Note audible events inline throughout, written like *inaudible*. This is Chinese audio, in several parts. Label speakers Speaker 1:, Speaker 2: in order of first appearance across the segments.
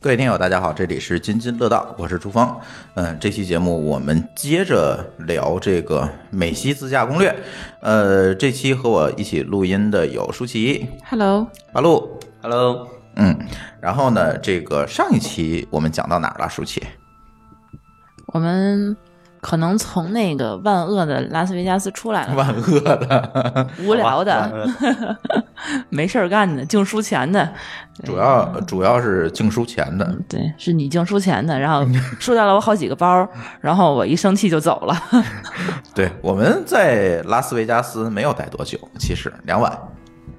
Speaker 1: 各位听友，大家好，这里是津津乐道，我是朱峰。嗯，这期节目我们接着聊这个美西自驾攻略。呃，这期和我一起录音的有舒淇、
Speaker 2: Hello，
Speaker 1: 八路，
Speaker 3: Hello，
Speaker 1: 嗯，然后呢，这个上一期我们讲到哪儿了？舒
Speaker 4: *laughs*
Speaker 1: 淇，
Speaker 4: 我们可能从那个万恶的拉斯维加斯出来了，
Speaker 1: 万恶的，
Speaker 4: 无聊
Speaker 3: 好
Speaker 4: 的，
Speaker 3: 吧
Speaker 4: *laughs* 没事儿干的，净输钱的，嗯
Speaker 1: 主要主要是净输钱的，
Speaker 4: 对，是你净输钱的，然后输掉了我好几
Speaker 1: *laughs*
Speaker 4: 个包，然后我一生气就走了。 *laughs*
Speaker 1: 对，我们在拉斯维加斯没有待多久，其实两晚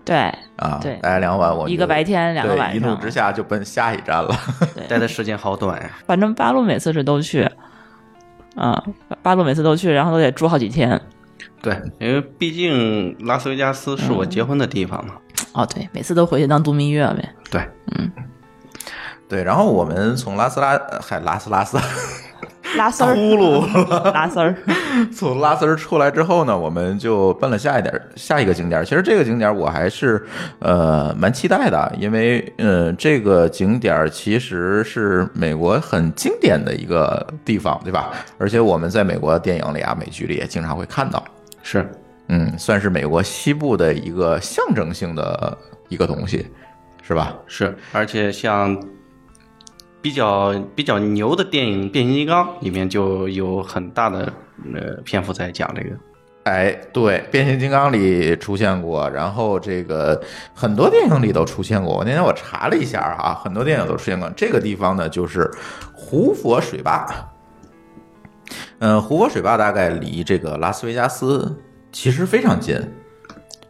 Speaker 4: 对
Speaker 1: 啊，
Speaker 4: 对
Speaker 1: 待两晚我就
Speaker 4: 一个白天两个
Speaker 1: 对
Speaker 4: 晚上
Speaker 1: 一怒之下就奔下一站了。 *laughs*
Speaker 3: 待的时间好短呀、
Speaker 4: 反正八路每次是都去，啊，八路每次都去，然后都得住好几天。
Speaker 3: 对，因为毕竟拉斯维加斯是我结婚的地方嘛。
Speaker 4: 哦，对，每次都回去当度蜜月呗。
Speaker 3: 对，
Speaker 1: 对，然后我们从拉斯拉还拉斯拉斯， *laughs*
Speaker 4: 拉丝儿，
Speaker 1: 秃噜了，
Speaker 4: 拉丝儿，
Speaker 1: 从拉丝儿出来之后呢，我们就奔了下一点儿下一个景点儿。其实这个景点儿我还是呃蛮期待的，因为呃这个景点儿其实是美国很经典的一个地方，对吧？而且我们在美国电影里啊、美剧里也经常会看到，
Speaker 3: 是
Speaker 1: 嗯，算是美国西部的一个象征性的一个东西，是吧？
Speaker 3: 是，而且像比较比较牛的电影《变形金刚》里面就有很大的呃篇幅在讲这个。
Speaker 1: 哎，对，《变形金刚》里出现过，然后这个很多电影里都出现过。我那天我查了一下啊，很多电影都出现过。这个地方呢，就是胡佛水坝。嗯、胡佛水坝大概离这个拉斯维加斯其实非常近。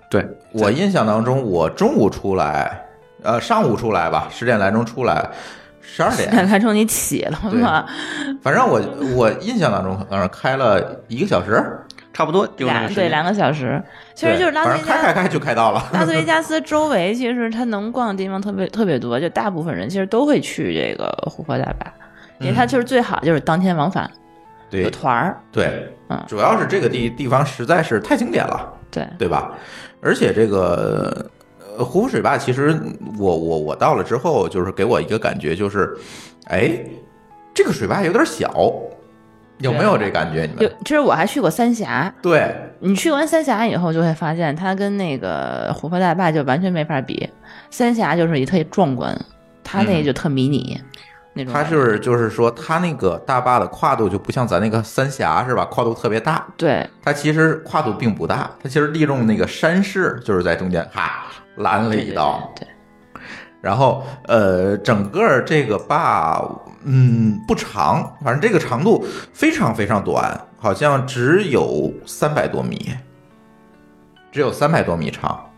Speaker 3: 对，
Speaker 1: 我印象当中，我中午出来，呃，上午出来吧，十点来钟出来，十二
Speaker 4: *laughs*
Speaker 1: 点
Speaker 4: 那来成你起了吗？
Speaker 1: 反正我我印象当中好像是开了一个小时，
Speaker 3: 差不多就那
Speaker 4: 俩
Speaker 3: 个时
Speaker 4: 对，
Speaker 3: 间。
Speaker 4: 两个小时，其实就
Speaker 1: 对
Speaker 4: 是拉斯
Speaker 1: 反
Speaker 4: 维
Speaker 1: 正开开
Speaker 4: 加
Speaker 1: 开就开到
Speaker 4: *laughs*
Speaker 1: 了。
Speaker 4: 拉斯维加斯周围，其实它能逛的地方特别特别多，就大部分人其实都会去这个胡佛大坝，因为它就是最好就是当天往返
Speaker 1: 嗯对
Speaker 4: 有，团儿，
Speaker 1: 对，
Speaker 4: 嗯
Speaker 1: 主要是这个地地方实在是太经典了，
Speaker 4: 对，
Speaker 1: 对吧？而且这个呃胡夫水坝，其实我我我到了之后，就是给我一个感觉就是，哎，这个水坝有点小，有没有这感觉？你
Speaker 4: 有
Speaker 1: 们，
Speaker 4: 其实我还去过三峡，
Speaker 1: 对
Speaker 4: 你去完三峡以后，就会发现它跟那个胡佛大坝就完全没法比。三峡就是一特壮观，它那
Speaker 1: 嗯
Speaker 4: 就特迷你、那种
Speaker 1: 它
Speaker 4: 感觉。
Speaker 1: 是就是说它那个大坝的跨度就不像咱那个三峡是吧？跨度特别大，
Speaker 4: 对
Speaker 1: 它其实跨度并不大，它其实利用那个山势就是在中间哈拦了
Speaker 4: 对
Speaker 1: 一道。
Speaker 4: 对对
Speaker 1: 然后呃，整个这个坝，嗯，不长，反正这个长度非常非常短，好像只有三百多米，只有三百多米长。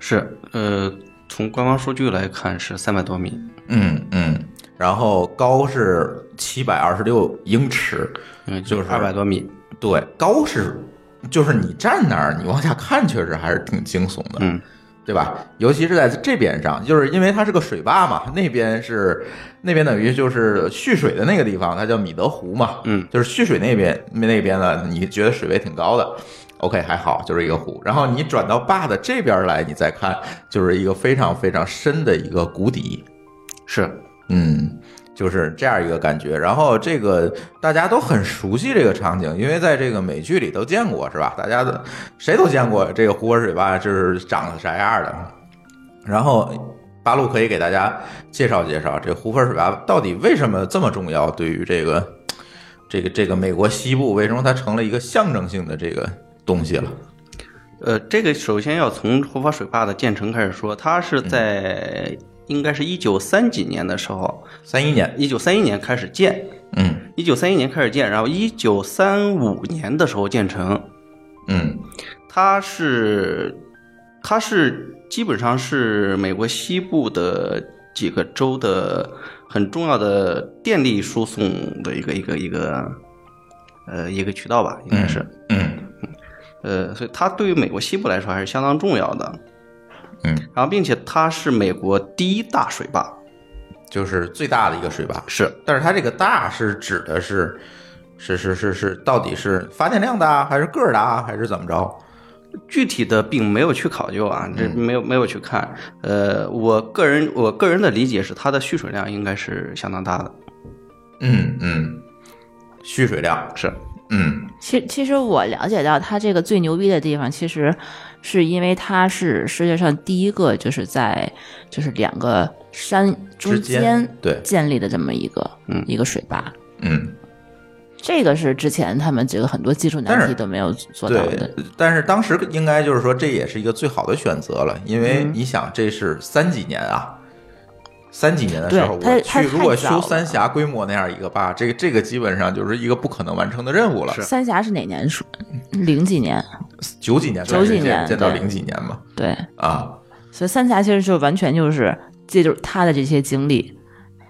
Speaker 3: 是呃，从官方数据来看是三百多米。
Speaker 1: 嗯嗯，然后高是七百二十六英尺，
Speaker 3: 嗯，
Speaker 1: 就是
Speaker 3: 二百多米，
Speaker 1: 对，高是就是你站那儿，你往下看，确实还是挺惊悚的。
Speaker 3: 嗯，
Speaker 1: 对吧？尤其是在这边上，就是因为它是个水坝嘛，那边是那边等于就是蓄水的那个地方，它叫米德湖嘛，
Speaker 3: 嗯
Speaker 1: 就是蓄水那边那边呢，你觉得水位挺高的，OK 还好，就是一个湖。然后你转到坝的这边来，你再看，就是一个非常非常深的一个谷底，
Speaker 3: 是
Speaker 1: 嗯，就是这样一个感觉。然后这个大家都很熟悉这个场景，因为在这个美剧里都见过，是吧？大家的谁都见过这个胡佛水坝就是长得啥样的。然后八路可以给大家介绍介绍这胡佛水坝到底为什么这么重要，对于这个这个这个美国西部，为什么它成了一个象征性的这个东西了？
Speaker 3: 呃，这个首先要从活佛水坝的建成开始说，它是在应该是一九三几年的时候，
Speaker 1: 三一年，
Speaker 3: 一九三一年开始建，
Speaker 1: 嗯
Speaker 3: 一九三一年开始建，然后一九三五年的时候建成，
Speaker 1: 嗯
Speaker 3: 它是它是基本上是美国西部的几个州的很重要的电力输送的一个一个一个呃一个渠道吧，应该是。
Speaker 1: 嗯
Speaker 3: 呃，所以它对于美国西部来说还是相当重要的。
Speaker 1: 嗯，
Speaker 3: 然后，并且它是美国第一大水坝，
Speaker 1: 就是最大的一个水坝，
Speaker 3: 是
Speaker 1: 但是它这个大是指的是是是是是，到底是发电量大还是个儿大还是怎么着？
Speaker 3: 具体的并没有去考究啊，这没有没有去看。呃，我个人我个人的理解是，它的蓄水量应该是相当大的，
Speaker 1: 嗯嗯，蓄水量，
Speaker 3: 是
Speaker 1: 嗯
Speaker 4: 其其实我了解到它这个最牛逼的地方，其实是因为它是世界上第一个就是在就是两个山中
Speaker 1: 之间对
Speaker 4: 建立的这么一个
Speaker 3: 嗯
Speaker 4: 一个水坝。
Speaker 1: 嗯，
Speaker 4: 这个是之前他们这个很多技术难
Speaker 1: 但是
Speaker 4: 题都没有做到
Speaker 1: 对
Speaker 4: 的，。
Speaker 1: 但是当时应该就是说，这也是一个最好的选择了，因
Speaker 4: 嗯
Speaker 1: 为你想，这是三几年啊，三几年的时候，
Speaker 4: 对它
Speaker 1: 我
Speaker 4: 它
Speaker 1: 去如果
Speaker 4: 太早
Speaker 1: 修
Speaker 4: 了
Speaker 1: 三峡规模那样一个坝，这个这个基本上就是一个不可能完成的任务了。
Speaker 4: 三峡是哪年说？
Speaker 1: 嗯
Speaker 4: 零几年？
Speaker 1: 九几年
Speaker 4: 九
Speaker 1: 开始
Speaker 4: 几
Speaker 1: 建
Speaker 4: 年
Speaker 1: 建到
Speaker 4: 对
Speaker 1: 零几年嘛，
Speaker 4: 对，
Speaker 1: 啊，
Speaker 4: 所以三峡其实就完全就是借助他的这些经历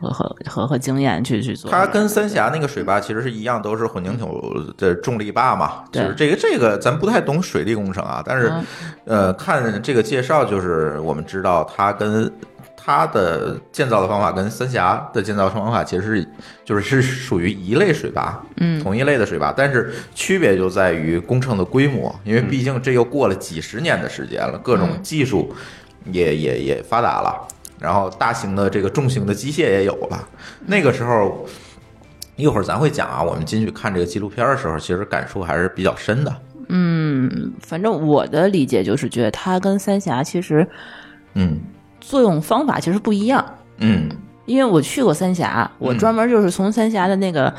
Speaker 4: 和和和和经验去去做。
Speaker 1: 它跟三峡那个水坝其实是一样，都是混凝土的重力坝嘛。就
Speaker 4: 对
Speaker 1: 是这个这个，咱不太懂水利工程啊，但是
Speaker 4: 嗯
Speaker 1: 呃，看这个介绍，就是我们知道它跟它的建造的方法跟三峡的建造方法其实是就是是属于一类水坝，
Speaker 4: 嗯
Speaker 1: 同一类的水坝，但是区别就在于工程的规模，因
Speaker 4: 嗯
Speaker 1: 为毕竟这又过了几十年的时间了，各种技术也也也发达了，然后大型的这个重型的机械也有了，那个时候。一会儿咱会讲啊，我们进去看这个纪录片的时候，其实感触还是比较深的。
Speaker 4: 嗯，反正我的理解就是觉得它跟三峡其实
Speaker 1: 嗯
Speaker 4: 作用方法其实不一样。
Speaker 1: 嗯
Speaker 4: 因为我去过三峡，我专门就是从三峡的那个、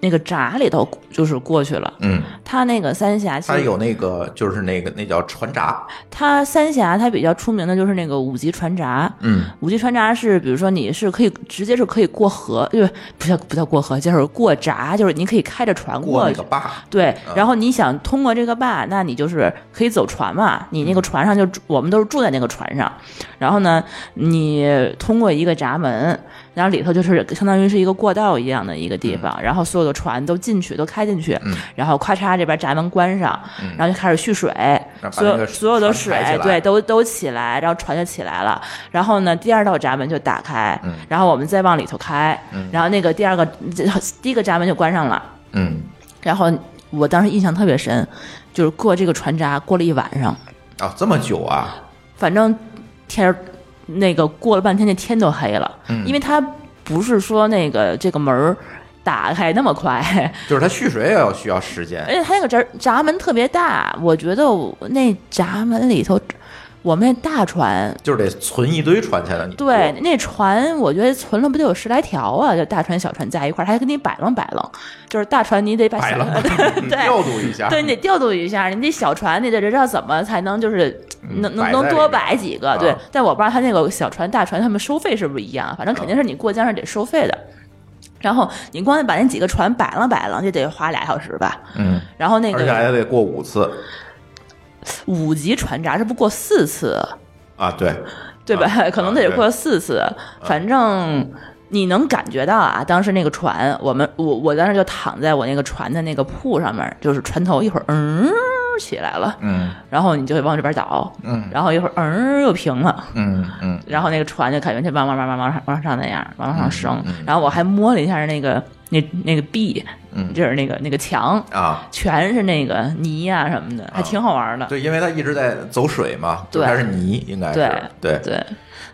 Speaker 4: 那个闸里头就是过去了。
Speaker 1: 嗯，
Speaker 4: 它那个三峡其
Speaker 1: 它
Speaker 4: 实
Speaker 1: 有那个就是那个那叫船闸，
Speaker 4: 它三峡它比较出名的就是那个五级船闸。
Speaker 1: 嗯
Speaker 4: 五级船闸是，比如说你是可以直接是可以过河，就是不叫不叫过河，就是过闸，就是你可以开着船
Speaker 1: 过那
Speaker 4: 去
Speaker 1: 个。坝，
Speaker 4: 对
Speaker 1: 嗯，
Speaker 4: 然后你想通过这个坝，那你就是可以走船嘛，你
Speaker 1: 嗯
Speaker 4: 那个船上就住我们都是住在那个船上，然后呢，你通过一个闸门，然后里头就是相当于是一个过道一样的一个地方，然后所有的船都进去，都开进去，
Speaker 1: 嗯
Speaker 4: 然后咔嚓这边闸门关上，
Speaker 1: 嗯啊
Speaker 4: 然后就开始蓄水，
Speaker 1: 然后把
Speaker 4: 所
Speaker 1: 那个
Speaker 4: 有所有的水
Speaker 1: 船抬起来
Speaker 4: 对都都起来，然后船就起来了，然后呢，第二道闸门就打开，
Speaker 1: 嗯
Speaker 4: 然后我们再往里头开，
Speaker 1: 嗯
Speaker 4: 然后那个第二个这第一个闸门就关上了。
Speaker 1: 嗯
Speaker 4: 然后我当时印象特别深，就是过这个船闸过了一晚上，
Speaker 1: 啊这么久啊，
Speaker 4: 反正天儿那个过了半天，那天都黑了，
Speaker 1: 嗯
Speaker 4: 因为它不是说那个这个门儿打开那么快， *laughs*
Speaker 1: 就是它蓄水也要需要时间
Speaker 4: 而，且它那个闸闸门特别大，我觉得我那闸门里头，我们那大船。
Speaker 1: 就是得存一堆船才能
Speaker 4: 对，，那船我觉得存了不得有十来条啊，就大船小船加一块儿，它还给你摆弄摆弄，就是大船你得把
Speaker 1: 摆
Speaker 4: 小
Speaker 1: 了
Speaker 4: *laughs* 对
Speaker 1: *laughs* 调度一下，
Speaker 4: 对，你得调度一下，你得小船，你得知道怎么才能就是
Speaker 1: 嗯
Speaker 4: 能能
Speaker 1: 摆
Speaker 4: 能
Speaker 1: 在
Speaker 4: 多
Speaker 1: 里面
Speaker 4: 摆几个。
Speaker 1: 啊
Speaker 4: 对，但我不知道他那个小船、大船他们收费是不是一样，反正肯
Speaker 1: 啊
Speaker 4: 定是你过江是得收费的。然后你光把那几个船摆了摆了，就得花俩小时吧。
Speaker 1: 嗯，
Speaker 4: 然后那
Speaker 1: 而且还
Speaker 4: 个
Speaker 1: 得过五次
Speaker 4: 五级船闸是不过四次，
Speaker 1: 啊，对，
Speaker 4: 对吧？
Speaker 1: 啊
Speaker 4: 可能得
Speaker 1: 对啊
Speaker 4: 过四次，反正。你能感觉到啊，当时那个船，我们我我当时就躺在我那个船的那个铺上面，就是船头一会儿嗯起来了，
Speaker 1: 嗯
Speaker 4: 然后你就会往这边倒，
Speaker 1: 嗯
Speaker 4: 然后一会儿嗯又平了，
Speaker 1: 嗯嗯
Speaker 4: 然后那个船就感觉就往往往往往上往上那样往上升
Speaker 1: 嗯嗯，
Speaker 4: 然后我还摸了一下那个那那个壁，
Speaker 1: 嗯
Speaker 4: 就是那个那个墙，
Speaker 1: 啊，
Speaker 4: 全是那个泥呀、什么的，还挺好玩的。
Speaker 1: 对，因为它一直在走水嘛，就
Speaker 4: 对
Speaker 1: 它是泥，应该是对，
Speaker 4: 对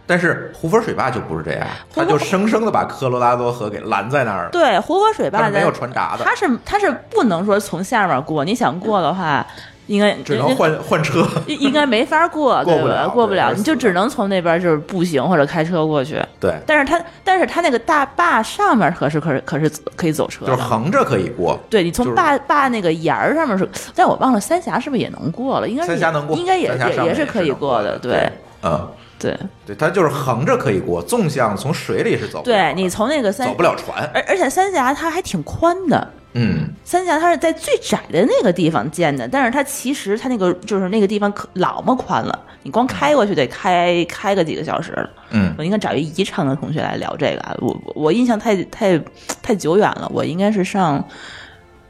Speaker 1: 但是胡佛水坝就不是这样，
Speaker 4: 胡
Speaker 1: 它
Speaker 4: 佛
Speaker 1: 就生生的把科罗拉多河给拦在那儿了，
Speaker 4: 对，活火水
Speaker 1: 它
Speaker 4: 坝
Speaker 1: 是没
Speaker 4: 在
Speaker 1: 有船闸的，
Speaker 4: 它是它是不能说从下面过，你想过的话，应该
Speaker 1: 只能换换
Speaker 4: *laughs*
Speaker 1: 车。
Speaker 4: 应应该没法过，
Speaker 1: 过
Speaker 4: 对
Speaker 1: 不
Speaker 4: 吧
Speaker 1: 了
Speaker 4: 过不了，
Speaker 1: 对
Speaker 4: 你就只能从那边就是步行或者开车过去。
Speaker 1: 对，
Speaker 4: 但是它，但是它那个大坝上面可是可是可是可以走车
Speaker 1: 就
Speaker 4: 的
Speaker 1: 是，横着可以过，
Speaker 4: 对你
Speaker 1: 就
Speaker 4: 从
Speaker 1: 是
Speaker 4: 坝坝那个沿儿上面是，但我忘了三峡是不是也能过了？应该是
Speaker 1: 三峡能过
Speaker 4: 应该也
Speaker 1: 三峡上
Speaker 4: 也
Speaker 1: 面
Speaker 4: 也是可以过
Speaker 1: 也
Speaker 4: 的，
Speaker 1: 是能过的
Speaker 4: 对
Speaker 1: 嗯，
Speaker 4: 对
Speaker 1: 对，它就是横着可以过，纵向从水里是走不了的
Speaker 4: 对，你从那个三
Speaker 1: 哦走不，了船。
Speaker 4: 而而且三峡它还挺宽的，
Speaker 1: 嗯，
Speaker 4: 三峡它是在最窄的那个地方建的，但是它其实它那个就是那个地方可老么宽了，你光开过去得开开个几个小时了。
Speaker 1: 嗯，
Speaker 4: 我应该找一宜昌的同学来聊这个啊，我我我印象太太太久远了，我应该是上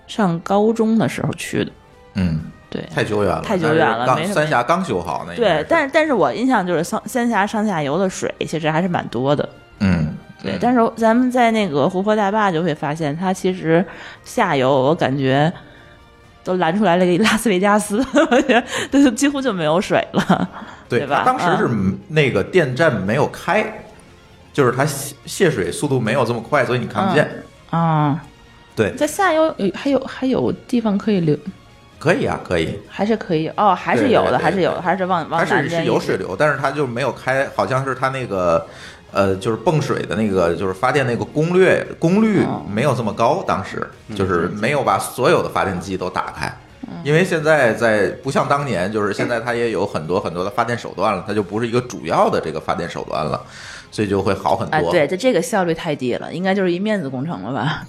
Speaker 4: 上高中的时候去的，
Speaker 1: 嗯，
Speaker 4: 对。
Speaker 1: 太久远了，
Speaker 4: 太久远了
Speaker 1: 但
Speaker 4: 没
Speaker 1: 是刚
Speaker 4: 什么
Speaker 1: 三峡刚修好那应该
Speaker 4: 对
Speaker 1: 是，
Speaker 4: 但但是我印象就是三三峡上下游的水其实还是蛮多的，
Speaker 1: 嗯，
Speaker 4: 对。但是咱们在那个湖泊大坝就会发现，它其实下游我感觉都拦出来了一个拉斯维加斯， *laughs* 我觉得都几乎就没有水了。
Speaker 1: 对
Speaker 4: 对吧
Speaker 1: 它
Speaker 4: 嗯
Speaker 1: 当时是那个电站没有开，就是它泄泄水速度没有这么快，所以你看
Speaker 4: 嗯
Speaker 1: 不见。
Speaker 4: 啊、
Speaker 1: 对，
Speaker 4: 在下游有还有还有地方可以流，
Speaker 1: 可以啊，可以，
Speaker 4: 还是可以哦，还是
Speaker 1: 对
Speaker 4: 有的，
Speaker 1: 对对
Speaker 4: 还是有的，
Speaker 1: 对
Speaker 4: 还是往往
Speaker 1: 它
Speaker 4: 南
Speaker 1: 是
Speaker 4: 边
Speaker 1: 是有
Speaker 4: 一直
Speaker 1: 水流，但是它就没有开，好像是它那个。呃，就是泵水的那个，就是发电那个功率功率
Speaker 4: 哦
Speaker 1: 没有这么高，当时嗯就是没有把所有的发电机都打开，
Speaker 4: 嗯
Speaker 1: 因为现在在不像当年，就是现在它也有很多很多的发电手段了，它就不是一个主要的这个发电手段了，所以就会好很
Speaker 4: 啊，
Speaker 1: 多。
Speaker 4: 对，这这个效率太低了，应该就是一面子工程了吧？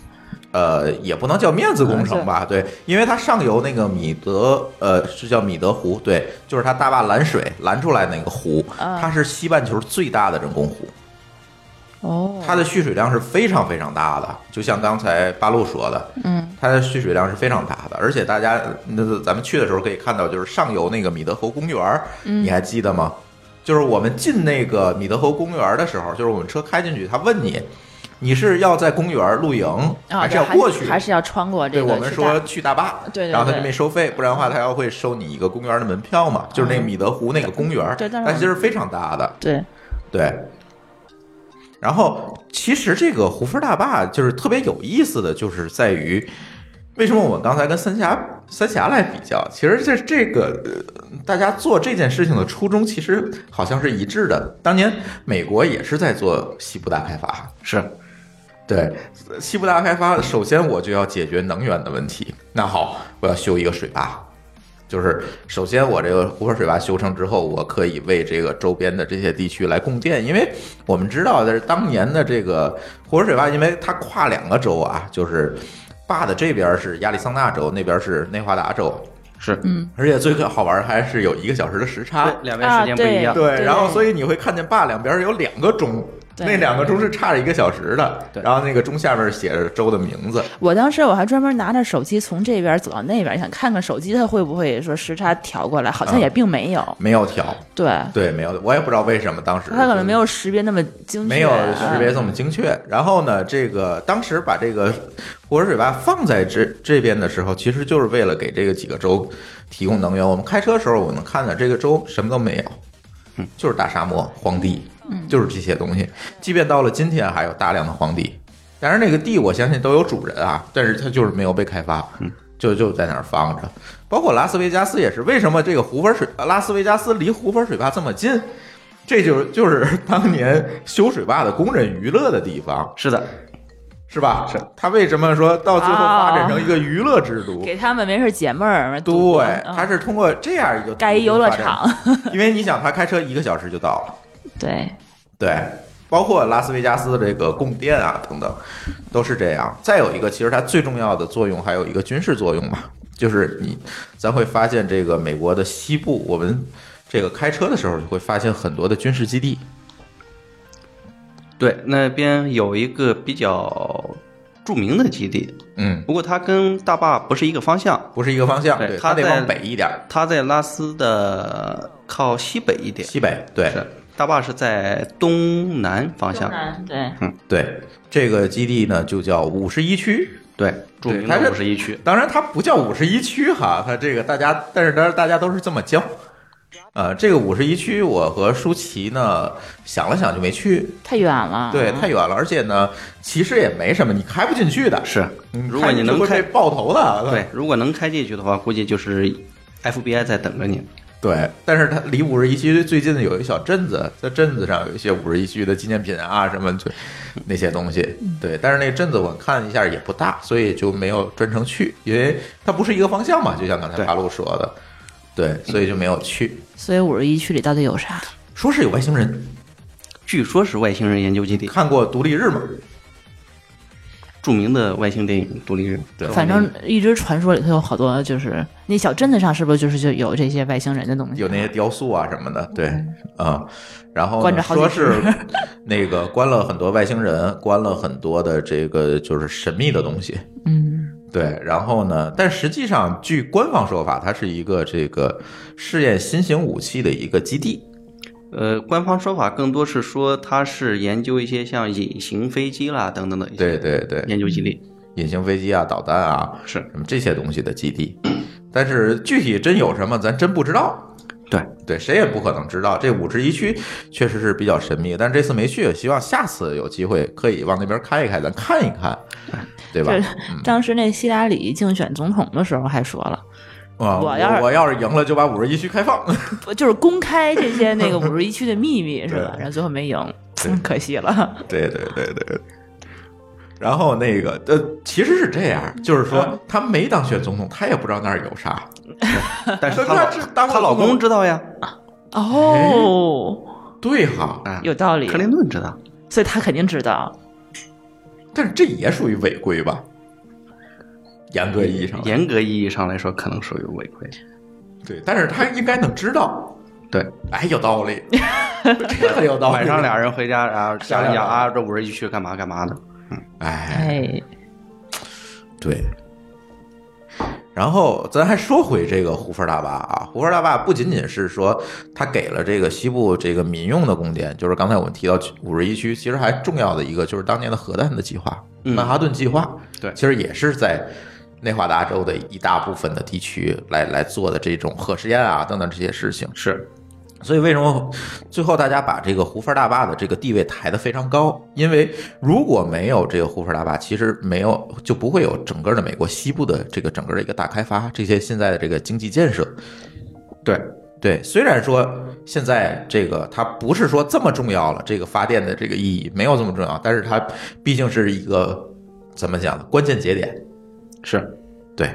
Speaker 1: 呃，也不能叫面子工程
Speaker 4: 啊
Speaker 1: 吧，对，因为它上游那个米德，呃，是叫米德湖，对，就是它大坝拦水拦出来那个湖，
Speaker 4: 啊
Speaker 1: 它是西半球最大的人工湖，
Speaker 4: 哦， *laughs*
Speaker 1: 它的蓄水量是非常非常大的，就像刚才八路说的，
Speaker 4: 嗯，
Speaker 1: 它的蓄水量是非常大的，而且大家那咱们去的时候可以看到，就是上游那个米德河公园儿，
Speaker 4: 嗯
Speaker 1: 你还记得吗？就是我们进那个米德河公园儿的时候，就是我们车开进去，他问你，你是要在公园儿露营，
Speaker 4: 啊，
Speaker 1: 还是
Speaker 4: 对
Speaker 1: 要过去？
Speaker 4: 还是要穿过这
Speaker 1: 对
Speaker 4: 个？
Speaker 1: 我们说，去大巴，
Speaker 4: 对对
Speaker 1: 然后他
Speaker 4: 对
Speaker 1: 就没收费，不然的话他要会收你一个公园的门票嘛，就是那个米德湖那个公园，
Speaker 4: 对但是
Speaker 1: 但其实非常大的，
Speaker 4: 对，
Speaker 1: 对。然后其实这个胡佛大坝就是特别有意思的就是在于，为什么我们刚才跟三峡三峡来比较，其实这这个、呃、大家做这件事情的初衷其实好像是一致的。当年美国也是在做西部大开发，
Speaker 3: 是
Speaker 1: 对，西部大开发，首先我就要解决能源的问题。那好，我要修一个水坝，就是首先我这个湖泊水坝修成之后，我可以为这个周边的这些地区来供电，因为我们知道的是当年的这个湖泊水坝，因为它跨两个州啊，就是坝的这边是亚利桑那州，那边是内华达州，
Speaker 3: 是，
Speaker 1: 而且最可好玩的还是有一个小时的时差。
Speaker 3: 对两边时间不一样，
Speaker 1: 啊对，
Speaker 4: 对
Speaker 1: 然后所以你会看见坝两边有两个钟，
Speaker 4: 对
Speaker 1: 那两个钟是差着一个小时的，
Speaker 3: 对
Speaker 1: 然后那个钟下面写着州的名字，
Speaker 4: 我当时我还专门拿着手机从这边走到那边，想看看手机它会不会说时差调过来，好
Speaker 1: 嗯
Speaker 4: 像也并没有，
Speaker 1: 没有调，
Speaker 4: 对，
Speaker 1: 对，没有，我也不知道为什么当时
Speaker 4: 它可能没有识别那么精确，啊
Speaker 1: 没有识别这么精确。然后呢，这个当时把这个湖水水坝放在这这边的时候，其实就是为了给这个几个州提供能源。我们开车的时候，我们看的这个州什么都没有，就是大沙漠、荒地，
Speaker 4: 嗯
Speaker 1: 就是这些东西。即便到了今天，还有大量的荒地。当然，那个地我相信都有主人啊，但是它就是没有被开发，就就在那儿放着。包括拉斯维加斯也是，为什么这个胡佛水拉斯维加斯离胡佛水坝这么近？这就是就是 *laughs* 当年修水坝的工人娱乐的地方，
Speaker 3: 是的，
Speaker 1: 是吧？是。他为什么说到最后发展成一个娱乐之都？
Speaker 4: 哦给他们没事解闷儿，赌
Speaker 1: 对，
Speaker 4: 嗯
Speaker 1: 他是通过这样一个
Speaker 4: 盖一游乐场，
Speaker 1: 因为你想，他开车一个小时就到了，
Speaker 4: *laughs* 对，
Speaker 1: 对，包括拉斯维加斯的这个供电啊等等，都是这样。再有一个，其实它最重要的作用还有一个军事作用嘛，就是你咱会发现这个美国的西部，我们这个开车的时候就会发现很多的军事基地，
Speaker 3: 对，那边有一个比较著名的基地，
Speaker 1: 嗯，
Speaker 3: 不过它跟大坝不是一个方向，
Speaker 1: 不是一个方向，
Speaker 3: 对
Speaker 1: 对，
Speaker 3: 它
Speaker 1: 得
Speaker 3: 在
Speaker 1: 往北一点儿，
Speaker 3: 它在拉斯的靠西北一点，
Speaker 1: 西北，对
Speaker 3: 是大坝是在东南方向，
Speaker 4: 对，
Speaker 1: 对。这个基地呢就叫五十一区，
Speaker 3: 对，著名
Speaker 1: 它是
Speaker 3: 的五十一区，
Speaker 1: 当然它不叫五十一区哈，它这个大家，但是当然大家都是这么叫。呃，这个五十一区，我和舒淇呢想了想就没去，
Speaker 4: 太远了，
Speaker 1: 对，太远了，而且呢，其实也没什么，你开不进去的。
Speaker 3: 是
Speaker 1: 嗯，
Speaker 3: 如果你
Speaker 1: 进去
Speaker 3: 能
Speaker 1: 会被
Speaker 3: 开，
Speaker 1: 爆头的，
Speaker 3: 对，如果能开进去的话，估计就是 FBI 在等着你。
Speaker 1: 对，但是它离五十一区最近的有一小镇子，在镇子上有一些五十一区的纪念品啊什么就那些东西。
Speaker 4: 嗯
Speaker 1: 对，但是那镇子我看一下也不大，所以就没有专程去，因为它不是一个方向嘛，就像刚才
Speaker 3: 对
Speaker 1: 八路说的，对，所以就没有去。
Speaker 4: 所以五十一区里到底有啥？
Speaker 1: 说是有外星人，
Speaker 3: 据说是外星人研究基地
Speaker 1: 你，看过《独立日》吗？
Speaker 3: 著名的外星电影《独立日》。
Speaker 1: 对
Speaker 4: 反正一直传说里头有好多，就是那小镇子上是不是就是就有这些外星人的东西？
Speaker 1: 有那些雕塑啊什么的，对，啊、然后呢
Speaker 4: 嗯关着好几
Speaker 1: 说
Speaker 4: 只
Speaker 1: 是 *laughs* 那个关了很多外星人，关了很多的这个就是神秘的东西，
Speaker 4: 嗯，
Speaker 1: 对，然后呢，但实际上据官方说法，它是一个这个试验新型武器的一个基地，
Speaker 3: 呃，官方说法更多是说它是研究一些像隐形飞机啦等等的一
Speaker 1: 对
Speaker 3: 些
Speaker 1: 对对，
Speaker 3: 研究基地。
Speaker 1: 隐形飞机啊、导弹啊， *laughs*
Speaker 3: 是
Speaker 1: 什么这些东西的基地，但是具体真有什么，咱真不知道。
Speaker 3: 对
Speaker 1: 对，谁也不可能知道。这五十一区确实是比较神秘，但这次没去，希望下次有机会可以往那边开一开，咱看一看，对吧嗯
Speaker 4: 这？当时那希拉里竞选总统的时候还说了，
Speaker 1: 啊，
Speaker 4: 我
Speaker 1: 我
Speaker 4: 要是
Speaker 1: 我要是赢了，就把五十一区开放。
Speaker 4: 不就是公开这些那个五十一区的秘密是吧？然后最后没赢，嗯可惜了。
Speaker 1: 对对对对。然后那个呃，其实是这样，
Speaker 3: 嗯
Speaker 1: 就是说他没当选总统，他也不知道那儿有啥。
Speaker 3: 但是她
Speaker 1: 那这当
Speaker 3: 哎老
Speaker 1: 了
Speaker 3: 她老
Speaker 1: 总统
Speaker 3: 公知道呀，
Speaker 4: 哦，
Speaker 1: 对哈，
Speaker 3: 啊，
Speaker 4: 有道理
Speaker 3: 克，林顿知道。
Speaker 4: 所以他肯定知道。
Speaker 1: 但是这也属于违规吧？严格意义上来说，
Speaker 3: 严格意义上来说，可能属于违规。
Speaker 1: 对，但是他应该能知道。
Speaker 3: 对，
Speaker 1: 哎，有
Speaker 3: *laughs*
Speaker 1: 道理，这很有道理。
Speaker 3: 晚上俩人回家，然后想
Speaker 1: 商
Speaker 3: 一想
Speaker 1: 量
Speaker 3: 啊，这五十一区干嘛干嘛的。
Speaker 1: 哎，
Speaker 4: 哎，
Speaker 1: 对。然后咱还说回这个胡佛大坝啊， *laughs* 胡佛大坝不仅仅是说它给了这个西部这个民用的供电，就是刚才我们提到五十一区，其实还重要的一个就是当年的核弹的计划，
Speaker 3: 嗯
Speaker 1: 曼哈顿计划，
Speaker 3: 对
Speaker 1: 其实也是在内华达州的一大部分的地区来来做的这种核试验啊等等这些事情。
Speaker 3: 是，
Speaker 1: 所以为什么最后大家把这个胡佛大坝的这个地位抬得非常高？因为如果没有这个胡佛大坝，其实没有就不会有整个的美国西部的这个整个的一个大开发，这些现在的这个经济建设。
Speaker 3: 对，
Speaker 1: 对，虽然说现在这个它不是说这么重要了，这个发电的这个意义没有这么重要，但是它毕竟是一个怎么讲呢？关键节点。
Speaker 3: 是，
Speaker 1: 对，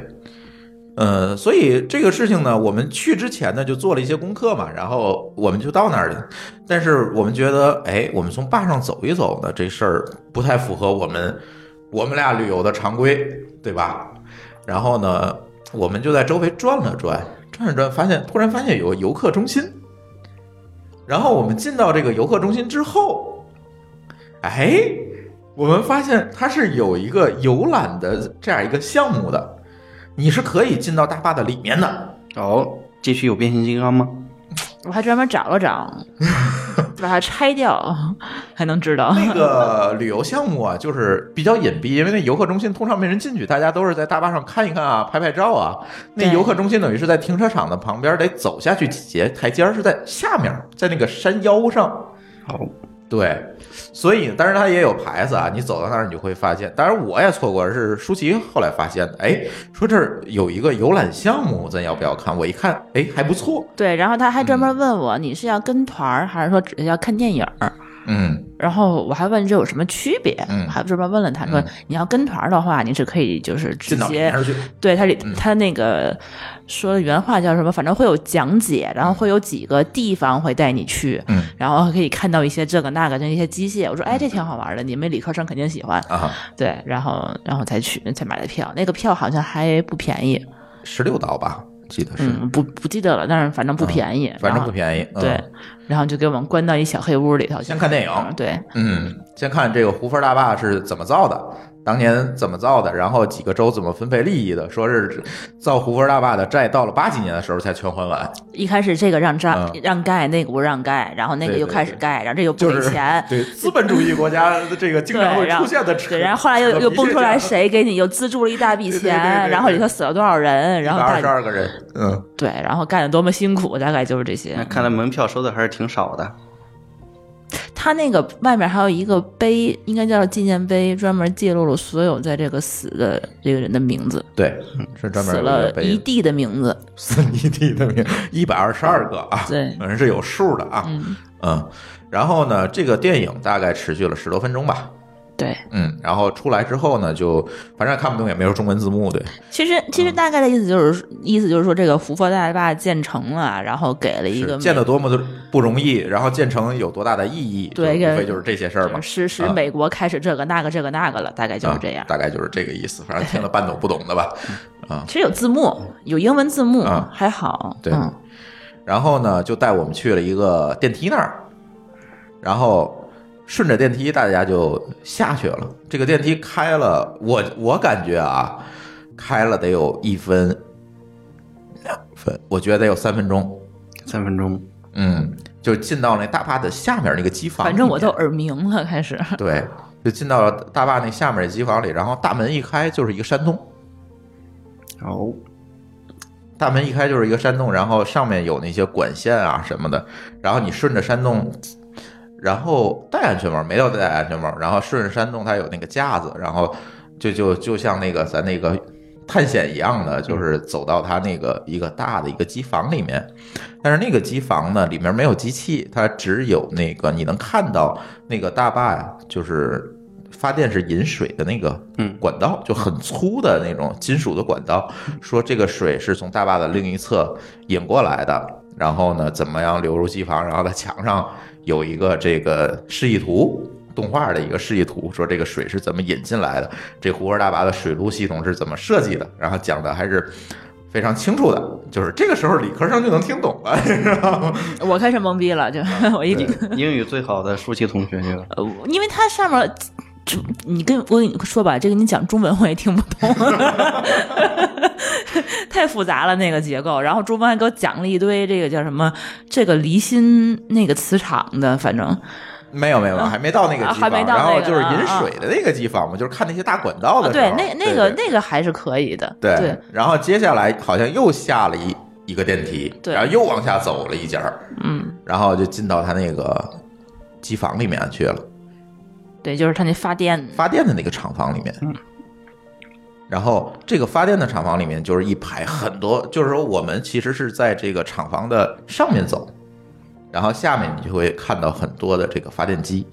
Speaker 1: 呃，所以这个事情呢，我们去之前呢就做了一些功课嘛，然后我们就到那儿了。但是我们觉得，哎，我们从坝上走一走呢，这事儿不太符合我们我们俩旅游的常规，对吧？然后呢，我们就在周围转了转，转了转，发现突然发现有个游客中心。然后我们进到这个游客中心之后，哎，我们发现它是有一个游览的这样一个项目的，你是可以进到大坝的里面的。
Speaker 4: 啊
Speaker 3: 哦，继续有变形金刚吗？
Speaker 4: 我还专门找了找，把它拆掉，还能知道。
Speaker 1: 那个旅游项目啊，就是比较隐蔽，因为那游客中心通常没人进去，大家都是在大坝上看一看啊，拍拍照啊。那
Speaker 4: 对
Speaker 1: 游客中心等于是在停车场的旁边，得走下去几节台阶儿，是在下面，在那个山腰上。
Speaker 3: 哦，
Speaker 1: 对，所以当然它也有牌子啊，你走到那儿你就会发现。当然我也错过，是舒淇后来发现的。哎，说这儿有一个游览项目，咱要不要看？我一看，哎，还不错。
Speaker 4: 对，然后他还专门问我，你是要跟团儿，还是说只是要看电影儿？
Speaker 1: 嗯，
Speaker 4: 然后我还问这有什么区别，
Speaker 1: 嗯
Speaker 4: 还专门问了他说，
Speaker 1: 嗯
Speaker 4: 你要跟团儿的话，你是可以就是直
Speaker 1: 进到里
Speaker 4: 接
Speaker 1: 面儿去。
Speaker 4: 对他里
Speaker 1: 嗯
Speaker 4: 他那个说的原话叫什么，反正会有讲解，然后会有几个地方会带你去，
Speaker 1: 嗯
Speaker 4: 然后还可以看到一些这个那个这一些机械。我说哎，这挺好玩的，你们理科生肯定喜欢。
Speaker 1: 啊，
Speaker 4: 对，然后然后才去才买的票，那个票好像还不便宜，
Speaker 1: 十六刀吧，记得是，嗯
Speaker 4: 嗯，不不记得了，但是反正不便宜，
Speaker 1: 反正
Speaker 4: 然后
Speaker 1: 不便宜。嗯、
Speaker 4: 对，，然后就给我们关到一小黑屋里头，
Speaker 1: 先看电影
Speaker 4: 对，
Speaker 1: 嗯，先看这个胡佛大坝是怎么造的，当年怎么造的，然后几个州怎么分配利益的，说是造胡佛大坝的债到了八几年的时候才全还完，
Speaker 4: 一开始这个让让、
Speaker 1: 嗯
Speaker 4: 让盖，那个不让盖，然后那个
Speaker 1: 对
Speaker 4: 又
Speaker 1: 对
Speaker 4: 开始
Speaker 1: 对
Speaker 4: 盖，然后这又不
Speaker 1: 就
Speaker 4: 给
Speaker 1: 是 *laughs*
Speaker 4: 钱，
Speaker 1: 对资本主义国家的这个经常会
Speaker 4: 对然后
Speaker 1: 出现的扯
Speaker 4: 对，然后后
Speaker 1: *laughs*
Speaker 4: 来又又蹦出来谁给你又资助了一大笔
Speaker 1: 对
Speaker 4: 钱，
Speaker 1: 对对对对
Speaker 4: 然后里头死了多少人，然后
Speaker 1: 二十
Speaker 4: 盖
Speaker 1: 二个人，嗯，
Speaker 4: 对， *laughs* 然后盖的多么辛苦，大概就是这些
Speaker 3: 那。看来门票收的还是挺少的。
Speaker 4: 它那个外面还有一个碑，应该叫纪念碑，专门记录了所有在这个死的这个人的名字，
Speaker 1: 对，是专
Speaker 4: 死
Speaker 1: 门有一
Speaker 4: 了
Speaker 1: 个
Speaker 4: 一
Speaker 1: 碑，
Speaker 4: 地的名字。
Speaker 1: 死一地的名，一百二十二个啊，
Speaker 4: 对
Speaker 1: 反正是有数的啊，
Speaker 4: 嗯，
Speaker 1: 嗯，然后呢，这个电影大概持续了十多分钟吧，
Speaker 4: 对。
Speaker 1: 嗯，然后出来之后呢，就反正看不懂，也没有中文字幕，对，
Speaker 4: 其实其
Speaker 1: 嗯
Speaker 4: 实大概的意思就是、意思就是说，这个胡佛大坝建成了，然后给了哎一个
Speaker 1: 是建得多么的不容易，然后建成有多大的意义，
Speaker 4: 对
Speaker 1: 就无非
Speaker 4: 一个
Speaker 1: 就是这些事儿嘛，
Speaker 4: 实施
Speaker 1: 啊
Speaker 4: 美国开始这个那个这个那个了，大概就是这样
Speaker 1: 啊。大概就是这个意思，
Speaker 4: *laughs*
Speaker 1: 反正听了半懂不懂的吧。
Speaker 4: 其实有字幕，有英文字幕，
Speaker 1: 嗯啊
Speaker 4: 还好。
Speaker 1: 对
Speaker 4: 嗯
Speaker 1: 然后呢，就带我们去了一个电梯那儿，然后顺着电梯大家就下去了。这个电梯开了，我我感觉啊，开了得有一分两分，我觉得得有三分钟。
Speaker 3: 三分钟，
Speaker 1: 嗯，就进到那大坝的下面那个机房里
Speaker 4: 反
Speaker 1: 面，
Speaker 4: 正我都耳鸣了，开始。
Speaker 1: 对，就进到了大坝那下面的机房里，然后大门一开就是一个山洞。
Speaker 3: 哦，
Speaker 1: 大门一开就是一个山洞，然后上面有那些管线啊什么的，然后你顺着山洞，然后戴安全帽没有戴安全帽，然后顺着山洞它有那个架子，然后就就就像那个咱那个探险一样的，就是走到它那个一个大的一个机房里面，但是那个机房呢里面没有机器，它只有那个你能看到那个大坝呀，就是。发电是引水的那个
Speaker 3: 嗯
Speaker 1: 管道，就很粗的那种金属的管道，说这个水是从大坝的另一侧引过来的，然后呢，怎么样流入机房？然后在墙上有一个这个示意图，动画的一个示意图，说这个水是怎么引进来的，这湖泊大坝的水路系统是怎么设计的，然后讲的还是。非常清楚的，就是这个时候理科生就能听懂了， *laughs* 你知道吗？
Speaker 4: 我开始懵逼了，就
Speaker 1: 啊
Speaker 4: *laughs* 我一听，
Speaker 3: 英语最好的舒淇同学 *laughs* 就
Speaker 4: 呃因为它上面。就你跟我跟你说吧，这个你讲中文我也听不
Speaker 1: *laughs*
Speaker 4: 懂，太复杂了那个结构。然后中文还给我讲了一堆这个叫什么，这个离心那个磁场的，反正
Speaker 1: 没有没有，还没到那个
Speaker 4: 啊
Speaker 1: 机
Speaker 4: 还
Speaker 1: 房，
Speaker 4: 没到
Speaker 1: 然后
Speaker 4: 那个
Speaker 1: 就是
Speaker 4: 呢
Speaker 1: 引
Speaker 4: 啊
Speaker 1: 水的那个机房嘛，就是看那些大管道的时候。
Speaker 4: 对，那那个
Speaker 1: 对
Speaker 4: 那个还是可以的，
Speaker 1: 对，然后接下来好像又下了一一个电梯，
Speaker 4: 对
Speaker 1: 然后又往下走了一截儿，
Speaker 4: 嗯，
Speaker 1: 然后就进到他那个机房里面去了，
Speaker 4: 对，就是它那发电
Speaker 1: 发电的那个厂房里面。
Speaker 4: 嗯
Speaker 1: 然后这个发电的厂房里面就是一排很多，就是说我们其实是在这个厂房的上面走，然后下面你就会看到很多的这个发电机，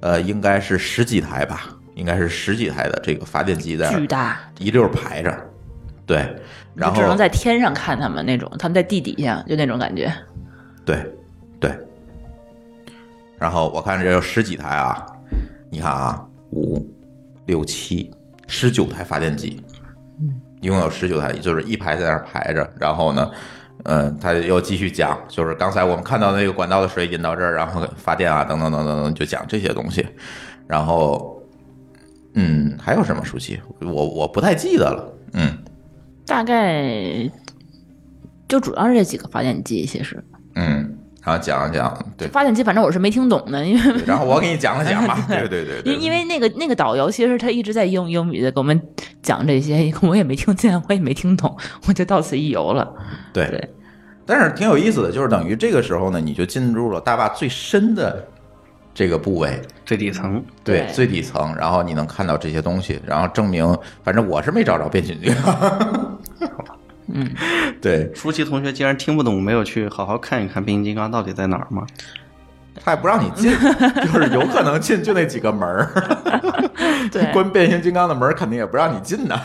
Speaker 1: 呃，应该是十几台吧，应该是十几台的这个发电机在那儿
Speaker 4: 巨大，
Speaker 1: 一溜儿排着，对，然
Speaker 4: 就
Speaker 1: 后
Speaker 4: 只能在天上看他们那种，他们在地底下就那种感觉。
Speaker 1: 对，对。然后我看这有十几台啊，你看啊，五、六、七、十九台发电机，一共有十九台，就是一排在那儿排着。然后呢，嗯，他又继续讲，就是刚才我们看到的那个管道的水引到这儿，然后发电啊，等等等等等，就讲这些东西。然后，嗯，还有什么熟悉？我我不太记得了。嗯
Speaker 4: 大概就主要是这几个发电机，其实
Speaker 1: 嗯，然后讲一讲，对，
Speaker 4: 发电机反正我是没听懂的，因为
Speaker 1: 对然后我给你讲了讲吧。 *laughs* 对对对对，
Speaker 4: 因因为那个那个导游其实他一直在用英语的给我们讲这些， *laughs* 我也没听见，我也没听懂，我就到此一游
Speaker 1: *laughs*
Speaker 4: 了。
Speaker 1: 对，
Speaker 4: 对
Speaker 1: 但是挺有意思的，就是等于这个时候呢，你就进入了大坝最深的这个部位，
Speaker 3: 最底层，
Speaker 4: 对
Speaker 1: 最底层，然后你能看到这些东西，然后证明，反正我是没找着变形金刚。
Speaker 4: 嗯，
Speaker 1: *laughs* 对，
Speaker 3: 舒淇同学竟然听不懂，没有去好好看一看变形金刚到底在哪儿吗？
Speaker 1: 他也不让你
Speaker 4: *laughs*
Speaker 1: 进，就是有可能进就那几个门儿，
Speaker 4: 对，
Speaker 1: 关变形金刚的门儿肯定也不让你进的。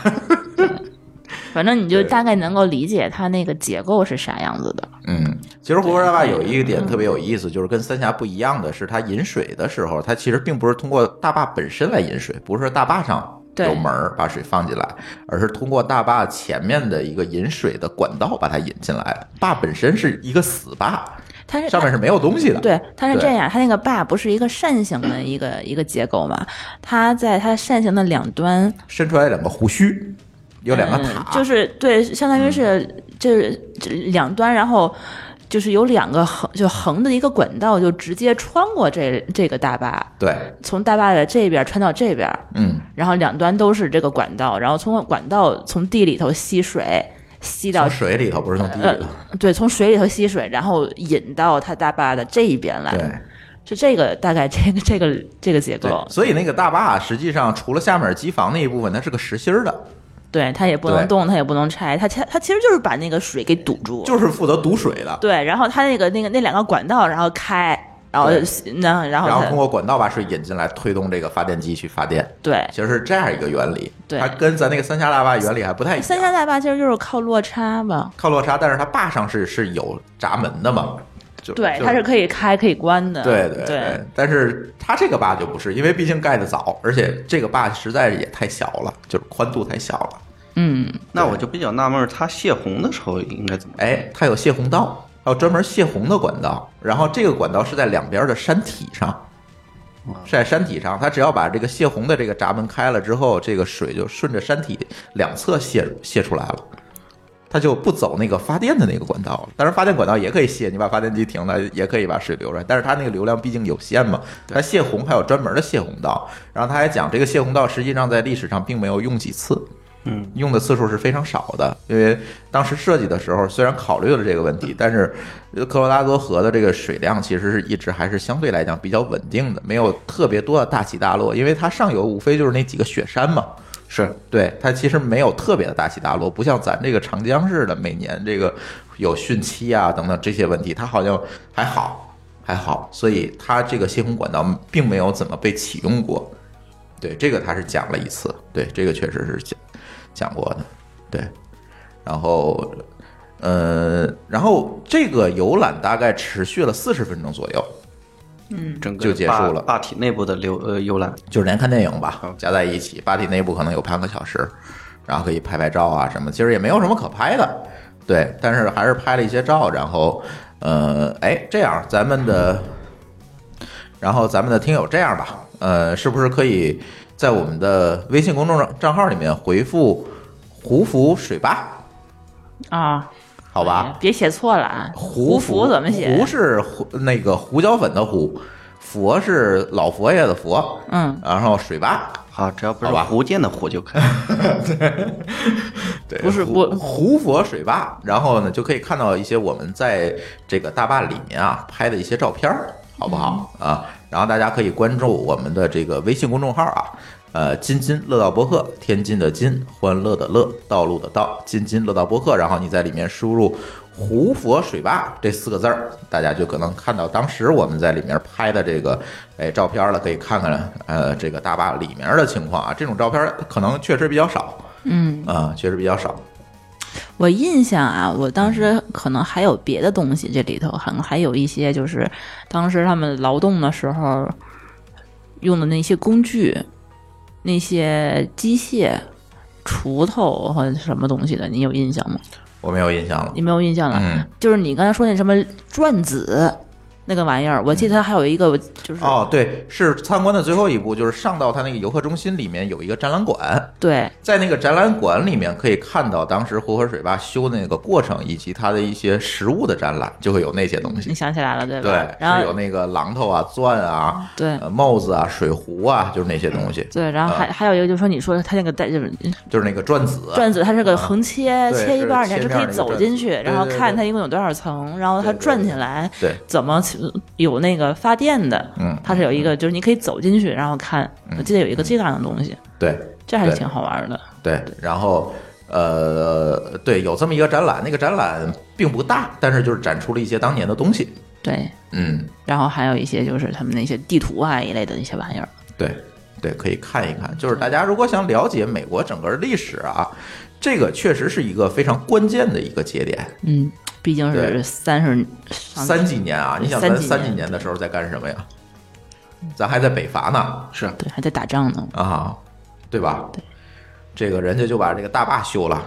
Speaker 4: 反正你就
Speaker 1: 对
Speaker 4: 大概能够理解它那个结构是啥样子的。
Speaker 1: 嗯，其实胡说大坝有一个点特别有意思，就是跟三峡不一样的是，它引水的时候，它其实并不是通过大坝本身来引水，不是大坝上
Speaker 4: 对
Speaker 1: 有门儿把水放进来，而是通过大坝前面的一个引水的管道把它引进来的。坝本身是一个死坝，
Speaker 4: 它是
Speaker 1: 上面是没有东西的。
Speaker 4: 哎对，它是
Speaker 1: 对
Speaker 4: 这样，它那个坝不是一个扇形的一个一个结构嘛？它在它扇形的两端
Speaker 1: 伸出来两个胡须，有两个塔，嗯
Speaker 4: 嗯、就是对，相当于是就是这两端，然后就是有两个横，就横的一个管道，就直接穿过这这个大坝，
Speaker 1: 对，
Speaker 4: 从大坝的这边穿到这边，
Speaker 1: 嗯，
Speaker 4: 然后两端都是这个管道，然后从管道从地里头吸水，吸到
Speaker 1: 从水里头不是从地里头。
Speaker 4: 对，从水里头吸水，然后引到它大坝的这一边来。
Speaker 1: 对，
Speaker 4: 是这个大概这个这个这个结
Speaker 1: 对
Speaker 4: 构，，
Speaker 1: 所以那个大坝实际上除了下面机房那一部分，它是个实心儿的，
Speaker 4: 对，它也不能
Speaker 1: 对
Speaker 4: 动，它也不能拆，它它它其实就是把那个水给堵住，
Speaker 1: 就是负责堵水的。
Speaker 4: 对，然后它那个那个那两个管道，然后开，然后
Speaker 1: 对
Speaker 4: 那然后
Speaker 1: 然后
Speaker 4: 它
Speaker 1: 通过管道把水引进来，推动这个发电机去发电，
Speaker 4: 对
Speaker 1: 其实是这样一个原理。
Speaker 4: 对
Speaker 1: 它跟咱那个三峡大坝原理还不太一样。
Speaker 4: 三峡大坝其实就是靠落差嘛，
Speaker 1: 靠落差，但是它坝上是是有闸门的嘛，就
Speaker 4: 对，
Speaker 1: 就
Speaker 4: 它是可以开可以关的，
Speaker 1: 对
Speaker 4: 对
Speaker 1: 对对，但是它这个坝就不是，因为毕竟盖的早，而且这个坝实在是也太小了，就是宽度太小了。
Speaker 4: 嗯，
Speaker 3: 那我就比较纳闷儿，它泄洪的时候应该怎么？
Speaker 1: 哎，它有泄洪道，还有专门泄洪的管道，然后这个管道是在两边的山体上。是在山体上，它只要把这个泄洪的这个闸门开了之后，这个水就顺着山体两侧泄泄出来了，它就不走那个发电的那个管道了。当然，发电管道也可以泄，你把发电机停了，也可以把水流出来，但是它那个流量毕竟有限嘛。它泄洪还有专门的泄洪道，然后他还讲这个泄洪道实际上在历史上并没有用几次，用的次数是非常少的，因为当时设计的时候虽然考虑了这个问题，但是呃科罗拉多河的这个水量其实是一直还是相对来讲比较稳定的，没有特别多的大起大落，因为它上游无非就是那几个雪山嘛。
Speaker 3: 是
Speaker 1: 对它其实没有特别的大起大落，不像咱这个长江似的，每年这个有汛期啊等等这些问题，它好像还好还好，所以它这个泄洪管道并没有怎么被启用过。对，这个它是讲了一次，对，这个确实是讲讲过的，对。然后，呃，然后这个游览大概持续了四十分钟左右，
Speaker 3: 整个
Speaker 1: 就结束
Speaker 3: 坝
Speaker 1: 了
Speaker 3: 坝体内部的流呃游览，
Speaker 1: 就是连看电影吧
Speaker 3: 嗯，
Speaker 1: 加在一起，坝体内部可能有半个小时，然后可以拍拍照啊什么，其实也没有什么可拍的，对，但是还是拍了一些照，然后，呃，哎，这样咱们的，然后咱们的听友这样吧，呃，是不是可以在我们的微信公众账号里面回复“胡福水坝
Speaker 4: 啊，”，
Speaker 1: 好吧？
Speaker 4: 别写错了啊，
Speaker 1: 胡
Speaker 4: 胡服怎么写？
Speaker 1: 胡是胡那个胡椒粉的胡，佛是老佛爷的佛，
Speaker 4: 嗯，
Speaker 1: 然后水坝。
Speaker 3: 好，只要不是
Speaker 1: 好吧
Speaker 3: 湖建的湖就 *laughs* 可以。
Speaker 1: 对，
Speaker 4: 不是
Speaker 1: 胡
Speaker 4: 不
Speaker 1: 胡佛水坝，然后呢就可以看到一些我们在这个大坝里面啊拍的一些照片儿，好不好、
Speaker 4: 嗯
Speaker 1: 啊？然后大家可以关注我们的这个微信公众号啊，呃，津津乐道播客，天津的津，欢乐的乐，道路的道，津津乐道播客，然后你在里面输入。胡佛水坝这四个字儿，大家就可能看到当时我们在里面拍的这个哎照片了，可以看看呃这个大坝里面的情况啊。这种照片可能确实比较少，
Speaker 4: 嗯，
Speaker 1: 啊、确实比较少。
Speaker 4: 我印象啊，我当时可
Speaker 1: 嗯
Speaker 4: 能还有别的东西，这里头还还有一些就是当时他们劳动的时候用的那些工具、那些机械、锄头或者什么东西的，你有印象吗？
Speaker 1: 我没有印象了
Speaker 4: 你。没有印象了？
Speaker 1: 嗯，
Speaker 4: 就是你刚才说那什么转子那个玩意儿，我记得它还有一个就是、
Speaker 1: 哦，对，是参观的最后一步，就是上到他那个游客中心里面有一个展览馆，
Speaker 4: 对
Speaker 1: 在那个展览馆里面可以看到当时湖河水坝修的那个过程，以及它的一些实物的展览，就会有那些东
Speaker 4: 你
Speaker 1: 西。
Speaker 4: 想起来了对吧？
Speaker 1: 对，
Speaker 4: 嗯然
Speaker 1: 是有
Speaker 4: 后嗯
Speaker 1: 那个榔头啊、钻啊、
Speaker 4: 对。
Speaker 1: 呃帽子啊、水壶啊，就是那些东西，
Speaker 4: 对，然
Speaker 1: 嗯
Speaker 4: 后还、还有一个，就是说你说它那个带就是
Speaker 1: 就是那个转子。啊嗯
Speaker 4: 转子，它是个横切，
Speaker 1: 对
Speaker 4: 切一半儿，你还
Speaker 1: 是
Speaker 4: 是
Speaker 1: 切面
Speaker 4: 可
Speaker 1: 儿那
Speaker 4: 以
Speaker 1: 个
Speaker 4: 走
Speaker 1: 转
Speaker 4: 进
Speaker 1: 子
Speaker 4: 去，
Speaker 1: 对
Speaker 4: 然后
Speaker 1: 对
Speaker 4: 看
Speaker 1: 对
Speaker 4: 它一共有多少层，然后它
Speaker 1: 对对
Speaker 4: 转起
Speaker 1: 对
Speaker 4: 来，
Speaker 1: 对
Speaker 4: 怎么起有那个发电的，
Speaker 1: 嗯
Speaker 4: 它是有一个，就是你可以走进去，然后看，我记得有一个这样的东西，
Speaker 1: 对
Speaker 4: 这还是
Speaker 1: 对
Speaker 4: 挺好玩儿的。
Speaker 1: 对，然后。呃，对，有这么一个展览，那个展览并不大，但是就是展出了一些当年的东西。
Speaker 4: 对，
Speaker 1: 嗯，
Speaker 4: 然后还有一些就是他们那些地图啊一类的那些玩意儿，
Speaker 1: 对对，可以看一看。就是大家如果想了解美国整个历史啊，这个确实是一个非常关键的一个节点。
Speaker 4: 嗯，毕竟是
Speaker 1: 对
Speaker 4: 三十
Speaker 1: 三几年啊，你想咱
Speaker 4: 三几年
Speaker 1: 三几年的时候在干什么呀？咱还在北伐呢
Speaker 3: 是
Speaker 4: 对，还在打仗呢，
Speaker 1: 啊，对吧？这个人家就把这个大坝修了，